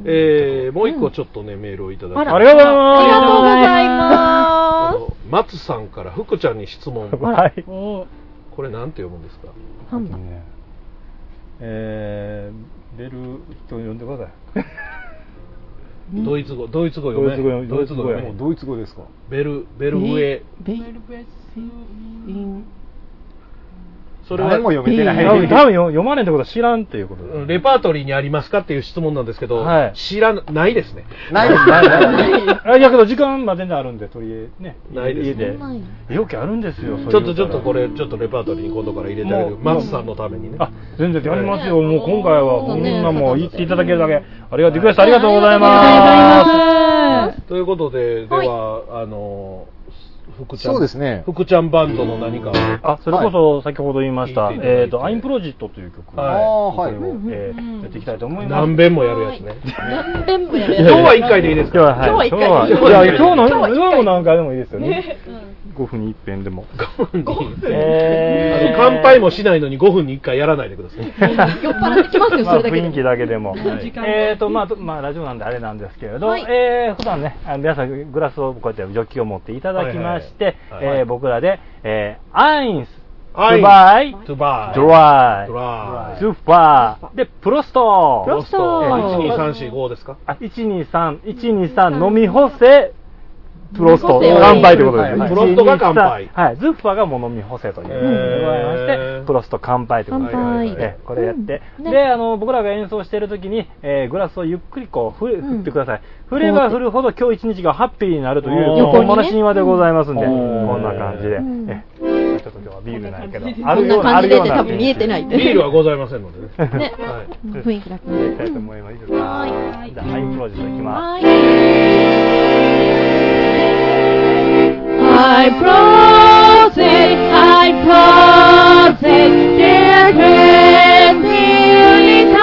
えー、もう一個ちょっとね、メールをいただき
あ
ま
り
し
がとうござい
ありがとうご
ま
ざいます。
松さんから福ちゃんに質問
す。はい。
これなんて読むんですか
ハンマー
えー、ベル人呼んでください。
ドイツ語ドイツ語読め
ドイツ語読め
読め
ドイツ語ですか
ベルベルウェ
ベイ
ベルベスイン
それは
誰も読めてない
多分多分読読まれんってことは知らんっていうことだ
レパートリーにありますかっていう質問なんですけど、知らないですね。
[laughs] ないですないないない
あいやけど時間までにあるんでとりあえずね
ないです
家で容器あるんですよ
ちょっとちょっとこれちょっとレパートリーに今度から入れてあげる
もう
松さんのためにね。
あ全然やりますよもう今回はこんなもう言っていただけるだけありがとうリクエストありがとうございます
ということでではあの福ちゃん
そうですね
福ちゃんバンドの何かを
あそれこそ先ほど言いました、えっ、と、アインプロジットという曲を、
はい
これをえーやっていきたいと思います。
何遍もやるやつね。
何遍もやる
今日は一回でいいですか。
今日は一回でいいですか。いや今日の今日も何回でもいいですよね。5分に1遍でも。
あの乾杯もしないのに5分に1回やらないでください。
酔っ払ってきますよ、 [laughs] それだけ雰囲気だけでも。えっと、まあ、とまあ、ラジオなんであれなんですけれど、
はい
えー普段ね、あの皆さんグラスをこうやってジョッキを持っていただきまして、
はいはいはい
えー僕らで、えーアインス、
アイン
トゥバイ、
トゥバイ
ドライ、
ドライ
スーパー、で、プロスト。
プロスト
えー
12345ですか
あ、123、123、飲み干せ、プロス
飲
ト、
み干せ
乾杯ということです
はい
ね。
プロストが乾杯
123はい、ズッファがもう飲み干せという。
へー
してプロスト乾杯ということで、
乾杯
えーこれやって、
うん
であの僕らが演奏してる時に、えーグラスをゆっくりこう振れ振ってください、振れば振るほど今日一日がハッピーになるという
おー
こんな神話でございますんで、
うん
こんな感じで、
うん
えーちょっと今日はビールないけど
こんな感じで
あるよう
こんな
なあ
感じで
るような
多分見えてないんで
ビールはございませんのでね。
ね
はい
雰囲気だけやりたいと思いますいいですかじゃあハイプロジェクトいきます
I protect, I protect their grand beauty time.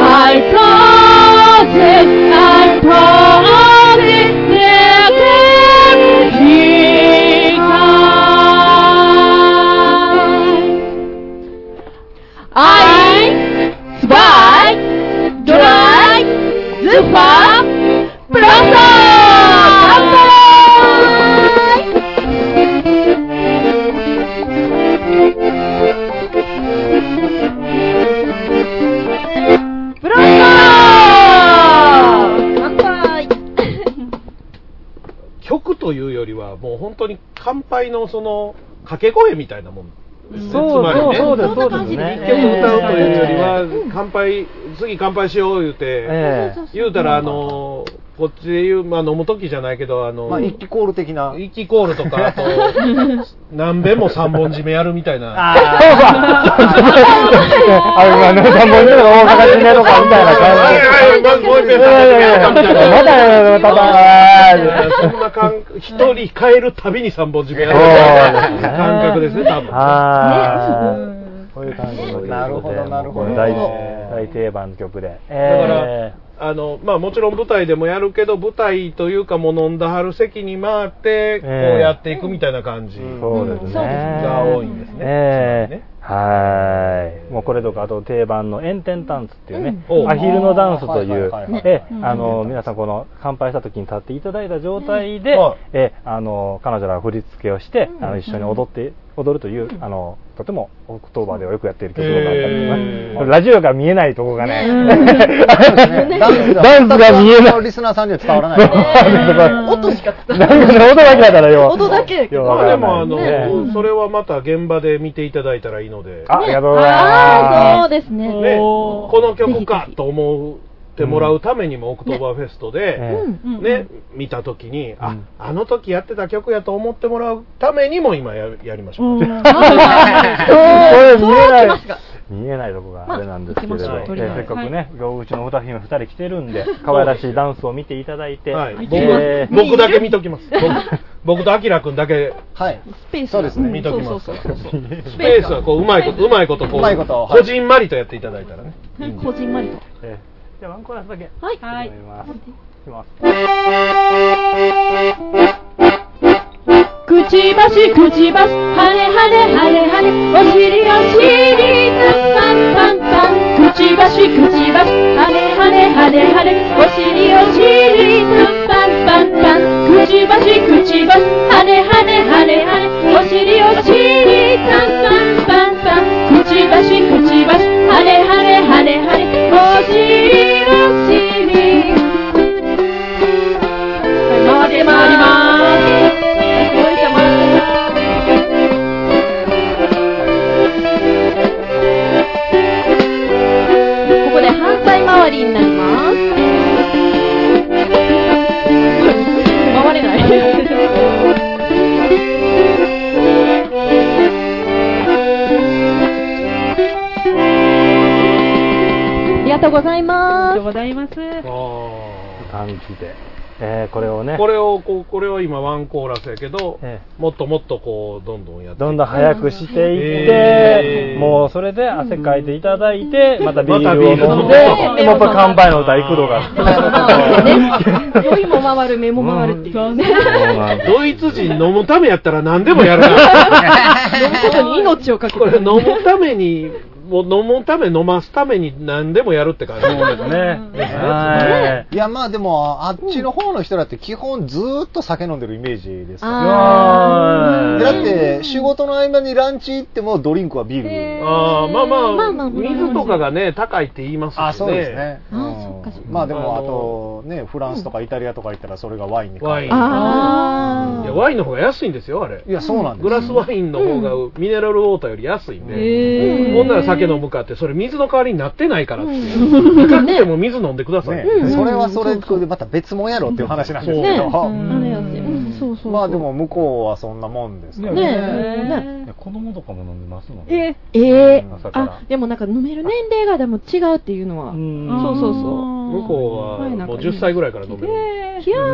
I protect, I protect their grand beauty time. I spy, dry, super, blossom.
Bye.
曲というよりは、もう本当に乾杯のその、掛け声みたいなもん。
そうそうそうですそうですね
一曲歌うというよりは、乾杯、次乾杯しよう言うて
ええ、
言うたら、あの、こっちで言う、まあ飲む時じゃないけど、あの、
まあ、一気コール的な。
一気コールとか、あと、何べも三本締めやるみたいな。
[laughs] あの、あの、三本目の大阪締めとかみたいな感じ。
もう一
い
遍
やいやいや
三本締めやるかみたいな
まだやるのただ
そんな感一人変えるたびに三本締めやる
そうですね
感覚ですね、多分。
はい。こういう感じの曲で
なるほどなるほど
もう大大定番の曲で。
だから、あのまあ、もちろん舞台でもやるけど舞台というかもう飲んだはる席に回ってこう
ええ
やっていくみたいな感じ
そうですね。
が多いんですね。
ええはい。もうこれとか、あと定番の炎天ダンスっていうね、
うん
アヒルのダンスという
はいはいはいはい、
ええ
うん
あの、皆さんこの乾杯した時に立っていただいた状態で、ええあの、彼女らが振り付けをして、あの、一緒に踊って、踊るという、あの、とても、オクトーバーではよくやっている曲があったりとかねこれラジオが見え [laughs] ないとこがね、
ダンスが
ダンスが見えない
他のリスナーさんには伝わらない。
音しか
なんかね音だけだったらよ。
音だけ
よう
ま
わ
あ
か
で
らない
もあの、
ね
それはまた現場で見ていただいたらいいので、
あありがとうございま
そ
す。
うですね。
ね、この曲かと思ってもらうためにも、オクトーバーフェストで、
うん
ね、見た時に、ああの時やってた曲やと思ってもらうためにも今ややりましょう。 [laughs]
そう見えない
そうきます。
見えないとこがあれなんですけれど、
まあ行きましょう
えーせっかくね、今日うちの歌姫二人来てるんで、可愛らしいダンスを見ていただいて、
はい、僕
えー
僕だけ見ときます。僕僕とアキラくんだけ
はい。
スペース
そうですね。
見ときます。
そうそうそう
スペースはこううまいことうまいことこう
うまいことはい
こじんまりとやっていただいたらね。
こじんまりと。
えーじゃあワンコーラスだけ。
はい。
はい。います。いきます。
くちばしくちばしはねはねはねはねお尻お尻パンパンパンくちばしくちばしはねはねはねはねお尻お尻パンパンパンくちばしくちばしはねはねはねはねお尻お尻パンパンパンパンくちばしくちばしはねはねはねはねお尻お尻回って回ります動いてます。
ざいます。
感じで。えーこれをね、
これをこうこれは今ワンコーラスやけど、
え
もっともっとこうどんどんやって
どんどん早くしていって、
えー
もうそれで汗かいていただいて、またビー
また
ル
ビー
を
ル
飲
飲
ん
ん
で、
で
でもうやっぱ乾杯の歌行くのが。
酔いも回る、目も回るっていうね。
ドイツ人飲むためやったら何でもやる
[laughs]
から
飲むことに命をかけて
これ飲むためにもう飲むため飲ますために何でもやるって感じそうです
ね
ねいや、まあでも、あっちの方の人だって基本ずーっと酒飲んでるイメージですから
あー
だって、仕事の合間にランチ行ってもドリンクはビール。
あーまあまあ、
まあまあ
水とかがね高いって言いますしね
あ、そうですね。うんまあで
あ
も、あと、ね、フランスとかイタリアとか行ったらそれがワインに変わる。
ワインいやワインの方が安いんですよあれ
いやそうなんです
グラスワインの方がミネラルウォーターより安いんで、
へー
ほんなら酒飲むかってそれ水の代わりになってないからっていう高くても水飲んでください、
ねそれはそれでまた別もんやろっていう話なんですけ
そう
ど、
うんそうそう。
まあでも向こうはそんなもんですから
ねえね
いや子供とかも飲んでますもん
ええ
朝から
あ、でもなんか飲める年齢がでも違うっていうのは。そうそうそう。
向こうはもう10歳ぐらいから飲める、
いや
まあ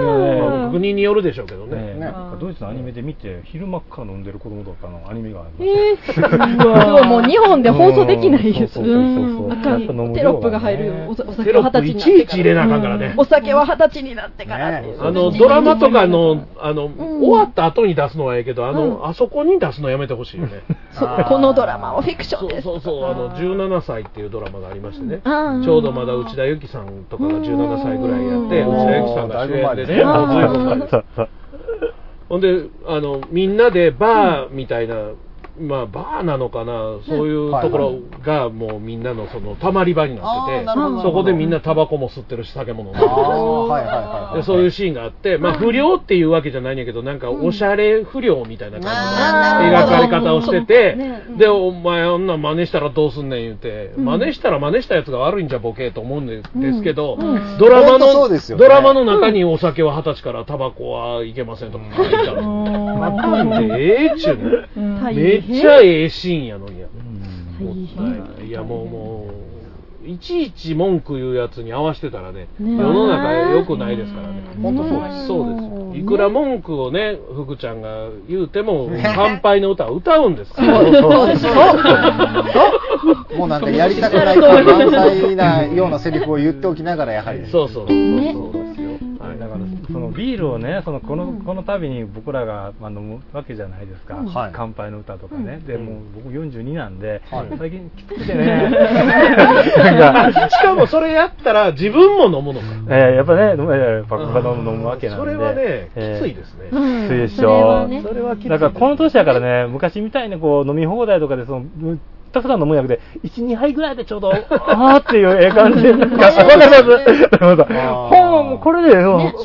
ー。
国によるでしょうけどね
ねなんかドイツのアニメで見て、昼間っから飲んでる子供とかのアニメがあります。
えー、そうもう日本で放送できないやつ。
う
うん
そうそうそうん
あかん
やっぱ飲む量はね
テロップが入るよ。おお酒
テロ
は
ッ
二
プ
十歳
い
にな
ちい
ってか
ち入れなあかんからね
ら。お酒は二十歳になってからっていう。
あのドラマとかのあの、終わった後に出すのはええけどあの、あそこに出すのやめてほしいよね
そうこのドラマはフィクションです。
そうそうあの17歳っていうドラマがありましてね、
あー
ちょうどまだ内田有紀さんとかが17歳ぐらいやって、内田有紀さんが主演でね、
あ
も
ー
う随分前ですほんであの、みんなでバーみたいな、まあ、バーなのかな、そういうところがもうみんなのそのたまり場になって
あー
て、
なるほど
そこでみんなタバコも吸ってるし、酒も飲んでるし
ああ、はいはいはいはい。
でそういうシーンがあって、まあ、不良っていうわけじゃないんやけど、なんかおしゃれ不良みたいな感じの
あー
描かれ方をしてて
ね、
で、お前、あんな真似したらどうすんねん言うて、
うん
真似したら真似したやつが悪いんじゃボケと思うんで
うん
ですけど
うん、
ドラマ
本当そ
の、
うですよね
ドラマの中にお酒は二十歳から、タバコはいけませんとか書いてある。あかんでええっちゅうねん
大変
めっちゃええシーンやのにや。もったいないいや、もう、もう、いちいち文句言うやつに合わせてたらね、世
ねえ
の中良くないですからね。
本当そうで
そうです。いくら文句をね、福ちゃんが言うて [laughs] も、乾杯の歌は歌うんですから。
す。もうなんかやりたくないから、反対なようなセリフを言っておきながら、やはり。
そうそう。
だからそのビールをね、そのこのこの度に僕らがまあ飲むわけじゃないですか、
はい
乾杯の歌とかね、
うん
でもう僕42なんで、
はい
最近きつくてね、なんか
しかもそれやったら自分も飲むのか。
[laughs] えーやっぱね、飲むえーパクパク飲む飲むわけなんで、
それはね
えー
きついですね
きついでし
それは
ょ、
ねそれはきつい
だからこの年だからね、昔みたいにこう飲み放題とかでその、むたくさん飲むんじゃなくて、1、2杯ぐらいでちょうど、あーっていうええ感じで、わかります、わかりますほんまこれで、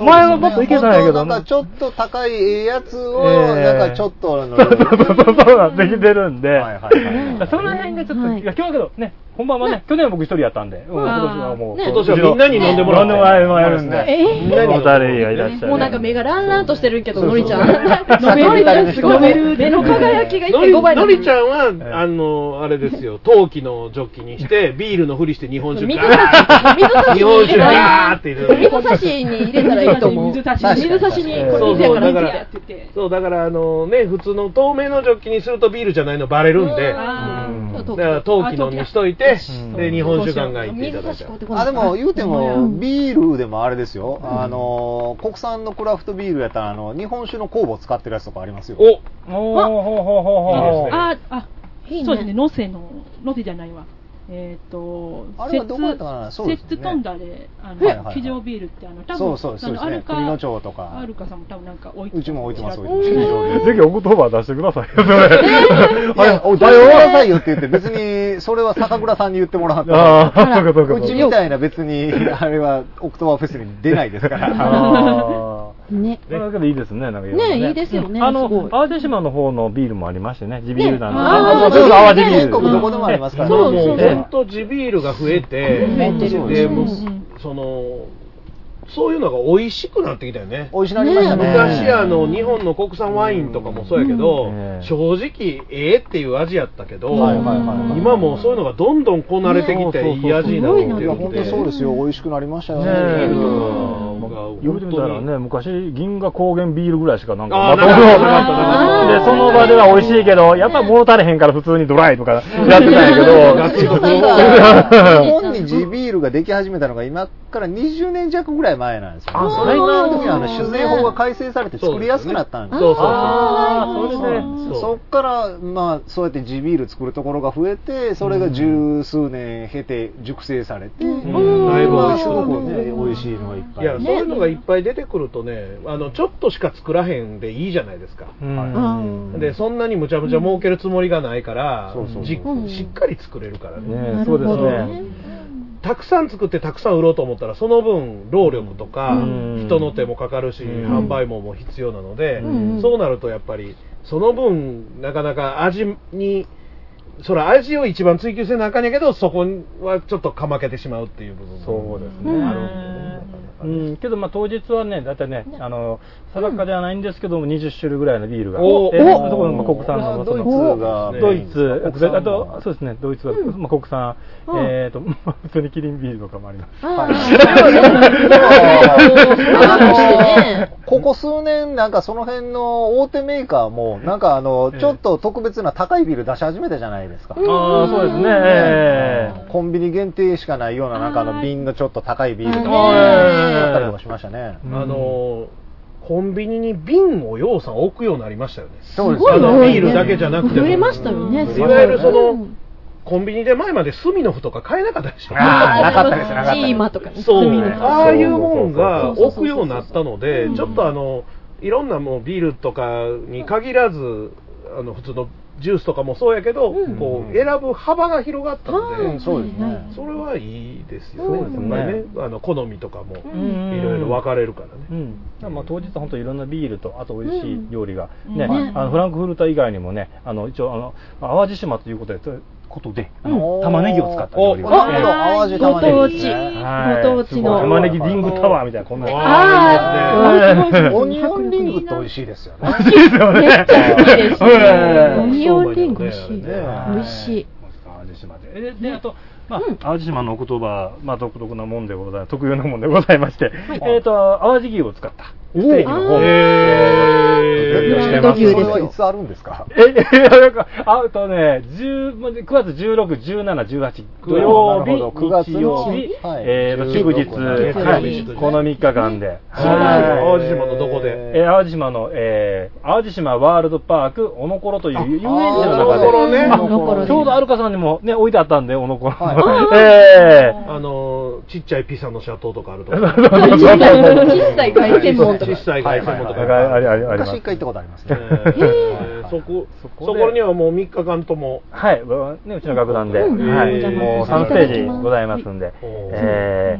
前はもっといけたんやけど
本当なん
ね
か。ちょっと高いええやつを、
ええ
なんかちょっとの、
そうなんできてるんで、
はい
[laughs] その辺がちょっと、いや今日はけどね、本番はね、去年は僕一人やったんで、うん今年はもう、
ね
今年はみんなに飲んでもらって
飲んでもらえもらえるんで、
ええ
みんなにお二人がいらっしゃる。
もうなんか目がランランとしてるけど、のりち
[laughs]
ゃん。
そう
のりちゃんすごい。目の輝きが
のり
1.5倍
のりちゃんは、あの、あれですよ、陶器のジョッキにして、ビールのふりして日本酒
水
ガー
差し
日本
水
酒ガーって入れる。
差しに入れたらいいと思う。水差しに、これ
そう
水や
そう
か
だ
ら
か
水や
ら。そうだからあのね普通の透明のジョッキにするとビールじゃないのバレるんで、うんだから陶器のにしといて、で日本酒ガンガンいっていただいた。
あでも言うてもビールでもあれですよ、あの国産のクラフトビールやったらあの日本酒の酵母使ってるやつとかありますよ
お
おーほうほうほうほう
あ、あ、そうですね、ロセの、ロセじゃないわ。えっと、
あれはどこやったかなそう
セ
です
ッ
ね
ツトンダで、あ
はいはいは
の、
い
非常ビールって、あの、多
そう
分、
そうです
あの
そうですね
アルカ
国の町とか
アルカさんも多分なんか置いて
うちも置いてます
違う
置いてます
ぜひオクトーバー出してくださいよ、それ。
あれ、お、出してくださいよって言って、別に、それは坂倉さんに言ってもらわなくて
あーそうかそうかそう
う
か
ちみたいな別に、あれは、オクトーバーフェスに出ないですから。
あ
ーね。
それだけ [laughs] でいいですね、なんかろいろ
ねいいですよね
あ
すご
の
い、
淡路島の方のビールもありましてね、地ビールなんで。
ね
あ
あ
あ、
ー
そうそう、淡路ビール。
全国どこでもありますからね
今もう
そうそうそう
本当地ビールが増えて、
うん
で
うん
もうそのそういうのが美味しくなってきたよね。
美味しなりましたね
昔、あの、日本の国産ワインとかもそうやけど、正直、ええっていう味やったけど、
はいはいはいはい
今もうそういうのがどんどんこなれてきて、いい味になってきて
いや
るん
本当にそうですよ。美味しくなりましたよね。
ね
ビー
え
ルとか
言うてみたらね、昔、銀河高原ビールぐらいしかなんか、
あー
まと
な
も
かったなかった
で、その場では美味しいけど、やっぱ物足れへんから普通にドライとかやってたんやけ
[laughs]
ガチ
ど
ガチ、日本に地ビールができ始めたのが今から20年弱ぐらい前なんですよ。
あ
そ
そ
れ
れ
ぐ
ぐ
らい
らい
の
の
時に
時に
あ
あ
の
の
酒
酒
税
税
法が
法が
改正されて作りやすくなったんです
そうそうそう
そそっから、まあ、そうやって地ビール作るところが増えて、それが十数年経て熟成されて、
だいぶ美味し
す
くなって
ごくね、美味しいのがいっぱい。
いや、そういうのがいっぱい出てくるとね、あの、ちょっとしか作らへんでいいじゃないですか。
うん
で、そんなにむちゃむちゃ儲けるつもりがないから、じしっかり作れるからね。
ねそうですね。
たくさん作ってたくさん売ろうと思ったらその分労力とか
うん
人の手もかかるし
うん
販売網も必要なので
うん
そうなるとやっぱりその分なかなか味にそら味を一番追求せなあかんやけどそこはちょっとかまけてしまうっていう部分そうです
ねうん、けどまあ当日はね、だいたいね、あの、定かではないんですけども、20種類ぐらいのビールがあ
お
って、
お
そこのまあ国産の、その
ドイツが
ドイツ、
国産の
あと、そうですね、ドイツが、まあ国産、
うん
えっと、 [laughs] まあ普通にキリンビールとかもあります。
あのここ数年、なんかその辺の大手メーカーも、なんかあの、ちょっと特別な高いビール出し始めたじゃないですか。
ああ、そうですね、え
コンビニ限定しかないような、なんかあの、瓶のちょっと高いビールとか、
あ
あったりとかしましたね。
あのーコンビニに瓶をようさん置くようになりましたよね。
そうです
あの
多いね
ビールだけじゃなくても。
増えましたよ
う
ね
ん
す
い
ごい
わゆるその、コンビニで前までスミノフとか買えなかったでしょ。
あーなかったですなかったですチーマ
とかね
そう
スミノフ
ああいうもんが置くようになったので、ちょっとあの、いろんなもうビールとかに限らず、あの、普通のジュースとかもそうやけど、こう、選ぶ幅が広がったので、
そうですね。
それはいいですよね。
そうですね
やっぱりね、あの、好みとかも、
ん
いろいろ分かれるからね。
えうん。だからまあ当日は本当いろんなビールと、あと美味しい料理が、
うん
ね、
うん
あのフランクフルタ以外にもね、あの、一応、あの、淡路島ということで、ということで、あの
うん
玉ねぎを使った料理を。
おなるほど淡路玉ねぎですね
はい
ご当地の
すごい玉ねぎリングタワーみたいな、こんなの。
あ
ね
ーオニオンリングって美味しいですよね。
美味しいですよね。うん
オニオンリング美味しい。美味しい。
淡路島で。で、あと、まあ、淡路島のお言葉、まあ、独特なもんでございます、特有なもんでございまして、えっ、と、淡路牛を使ったステーキの方を、えー提供してます。
これはいつあるんですか
え、え、なんか、あとね、10ま9月16、17、18、土曜日、
なるほど9月の
日曜日、
はい
えーと、祝日、
16
はいこの3日間で、
淡路島のどこで
えー淡路島の、えー淡路島ワールドパーク、おのころという遊園地の中
おのころ
で、
ね
あ
おのころね
ちょうどアルカさんにもね、置いてあったんで、おのころ。
はい
えー
あのーちっちゃいピサのシャトーとかあると
[laughs] 小さ
い凱旋門とか小さい凱旋門とか
ありありあります
昔一回行ったことありますね。
えーそこそこにはもう3日間とも
はい、わね、うちの楽団で、
うん
はい
えー
もう3ステージございますんで、え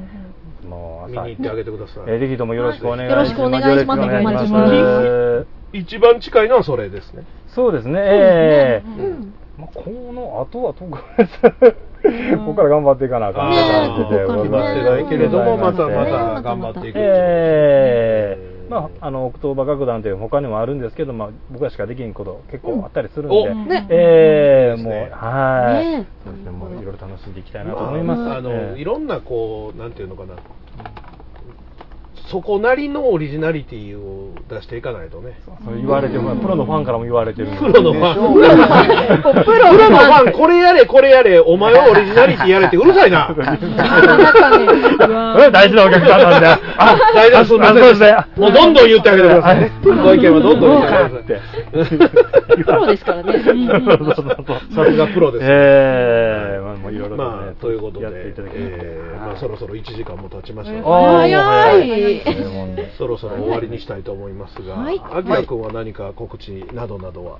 ーもう
見に行ってあげてください、
えーぜひともよろしくお願い
よろし
します。
くお願いします
よろくお願いし
お待ちして
ます。
一番近いのはそれですね
そうですね、ええ
まあ、
この後は特別、ここから頑張っていかなあかんなという感じでございます。
ねえここからね頑張ってないけれどもまたまた頑張っていく
ええまあ、あの、オクトーバー楽団という他にもあるんですけど、まあ、僕らしかできんこと結構あったりするんで、
うんおね
ええもう、はい、
ね
そうですね、もういろいろ楽しんでいきたいなと思います。
あの、
ええ
いろんなこうなんていうのかなそこなりのオリジナリティを出していかないとね
そう言われても、プロのファンからも言われてる。
プロのファ [laughs] ン。
プロのファン。
プロのファン、これやれ、これやれ、お前はオリジナリティやれってうるさいな。
うん大事なお客さんなんで。あ、
大丈夫すんません
あそうですね。
もうどんどん言ってあげてくださいね。ご意見はどんどん言ってください。
プロですからね。そうそうそうそう。
さすがプロですね
ええ、まあもういろいろと
まあ
ね、
ということで、
やっていただきまして
えーまあ、そろそろ1時間も経ちましたので
あー早い
そろそろ終わりにしたいと思いますが、
はい
あきら君は何か告知などなどは、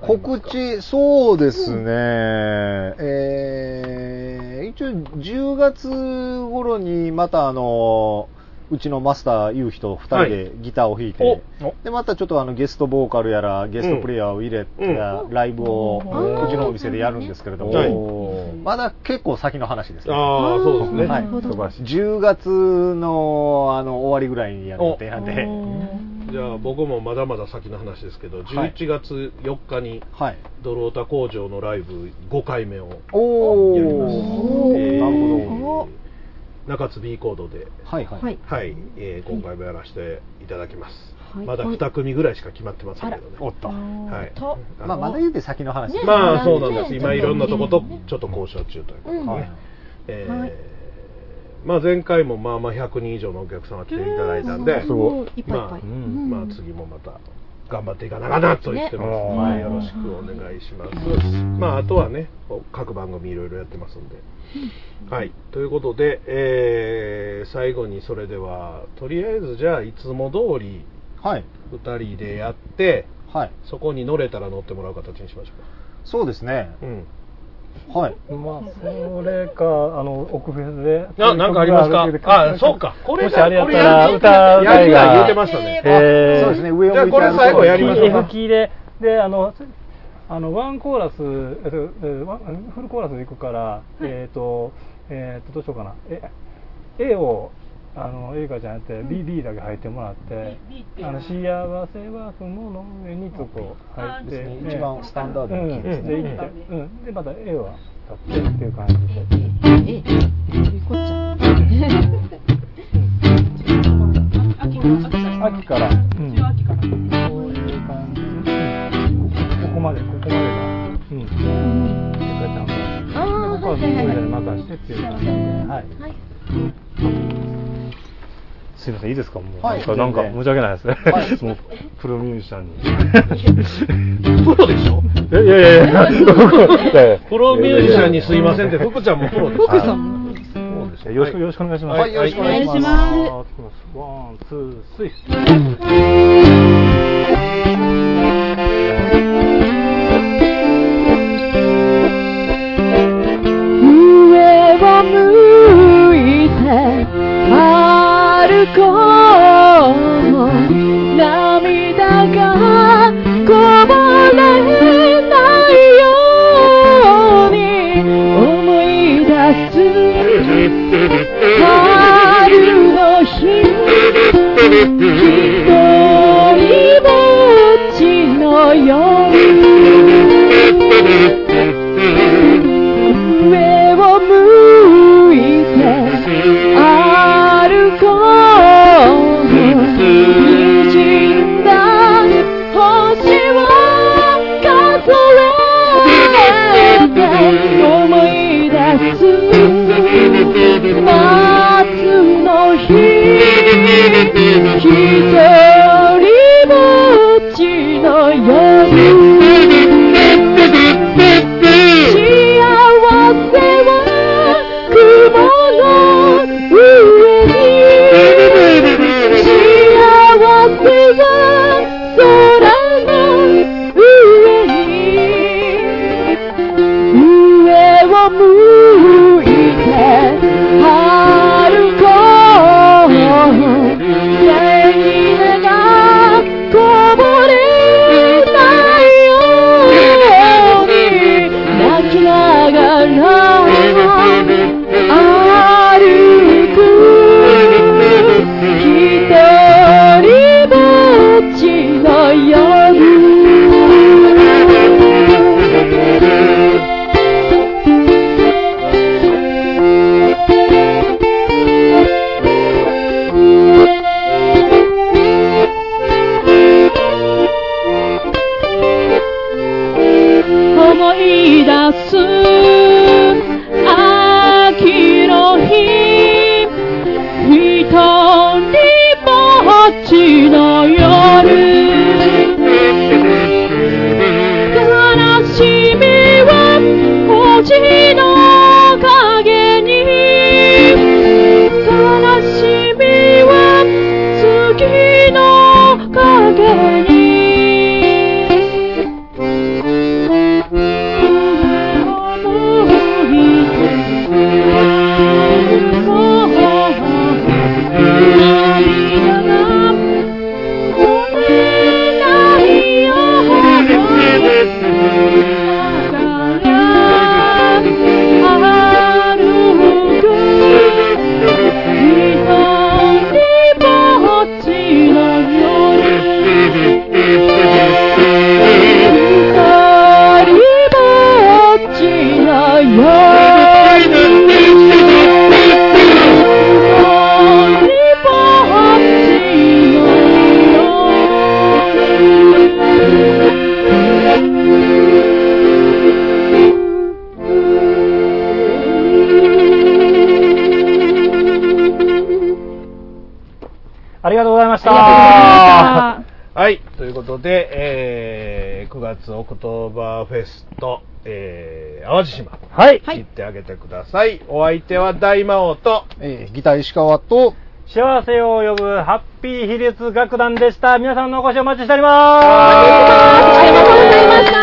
告知、そうですね、えー、一応10月頃にまたあの、うちのマスターゆうひと2人でギターを弾いて、で、またちょっとあのゲストボーカルやらゲストプレイヤーを入れたライブをうちのお店でやるんですけれど
はい
も、まだ結構先の話ですね。
あーそうですね
はい
なるほど
10月のあの終わりぐらいにやる予定なんで、
じゃあ僕もまだまだ先の話ですけど、
はい
11月4日に、
はい
ドロータ工場のライブ5回目をや
お
ります。
おー
えー
なる
中津 B コードで、
はいはいはい
はいえー今回もやらせていただきます、
はい
まだ2組ぐらいしか決まってませんけどね、
おっと、
はい、
まあ、まだ言うて先の話、
まあそうなんです、今いろんなとことちょっと交渉中ということでね、
うんはい
えーまあ、前回もまあまあ100人以上のお客さんが来ていただいたん
え
で、
ーす
ま
ごい
あ
いっぱいいっぱいうん
まあ次もまた頑張っていかなかなと言ってます、
ね
はいよろしくお願いします、まあ、あとはね各番組いろいろやってますんで。はい、ということで、えー最後にそれではとりあえずじゃあいつも通り
はい
2人でやって、
はい、
そこに乗れたら乗ってもらう形にしましょ
そうですね、
うん、
はい、
まあ、それか、あの、奥フェスで。
あなんかありますかあそうかこれ
もしあれやった
こ
ら、
れ
歌、歌
やりたい言うてま
ま
したね
え
あ
ー
そうですね上を向いて歩こうじゃあこれ最後やりましょうか
吹きで、で、あの、あの、ワンコーラス、ええワンフルコーラスで行くから、えっと、えっと、どうしようかな。え A を、あの、映画じゃなくて、B、B だけ入ってもらって、あの、幸せは雲の上にとこ入っ
あ
て
ー、一番スタンダード
う
なんキーですね
で、行ってうん。で、また A は立ってっていう感じで。
え、こっちゃ。
秋から、うん、こういう感じ、うん、ここまで、ここまでが、うん、ゆかちゃんが、
あー
で僕は
はいはいはい
みんなで任してっていう感じで、はい。
はい
すいません、いいですか、もう、
はい
なんか、な
全
んか、
然
申し訳ないですね、
はい
[laughs] もう、プロミュージシャンに。
プロでしょ
えいやいや [laughs] いやいやいや、
プロミュージシャンにすいませんって福ちゃんもプロです
はい
福さん
そうですねよろしく、よろしくお願いします。
はいはいよろしくお願いします
ワン、ツー、スリー。
上を向いて歩こう涙がこぼれないように思い出す春の日一人ぼっちの夜上を向いて歩こう滲んだ星を数えて思い出す夏の日一人ぼっちの夜幸せは雲の上に幸せは空の上に上を向いて歩こう涙がこぼれないように泣きながら歩く一人ぼっちの夜思い出す秋の日一人ぼっちの夜悲しみは星の影に悲しみは月の影にこう涙がこぼれないように
ありがとうございました。
はい、ということで、えー、9月オクトーバーフェスト、えー、淡路島。
はい。
行ってあげてください。お相手は大魔王と、
えー、ギター石川と、
幸せを呼ぶハッピー比率楽団でした。皆さんのお越しお待ちしております。
ありがとうございました。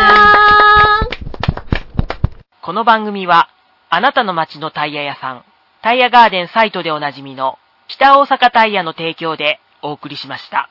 この番組は、あなたの街のタイヤ屋さん、タイヤガーデンサイトでおなじみの、北大阪タイヤの提供でお送りしました。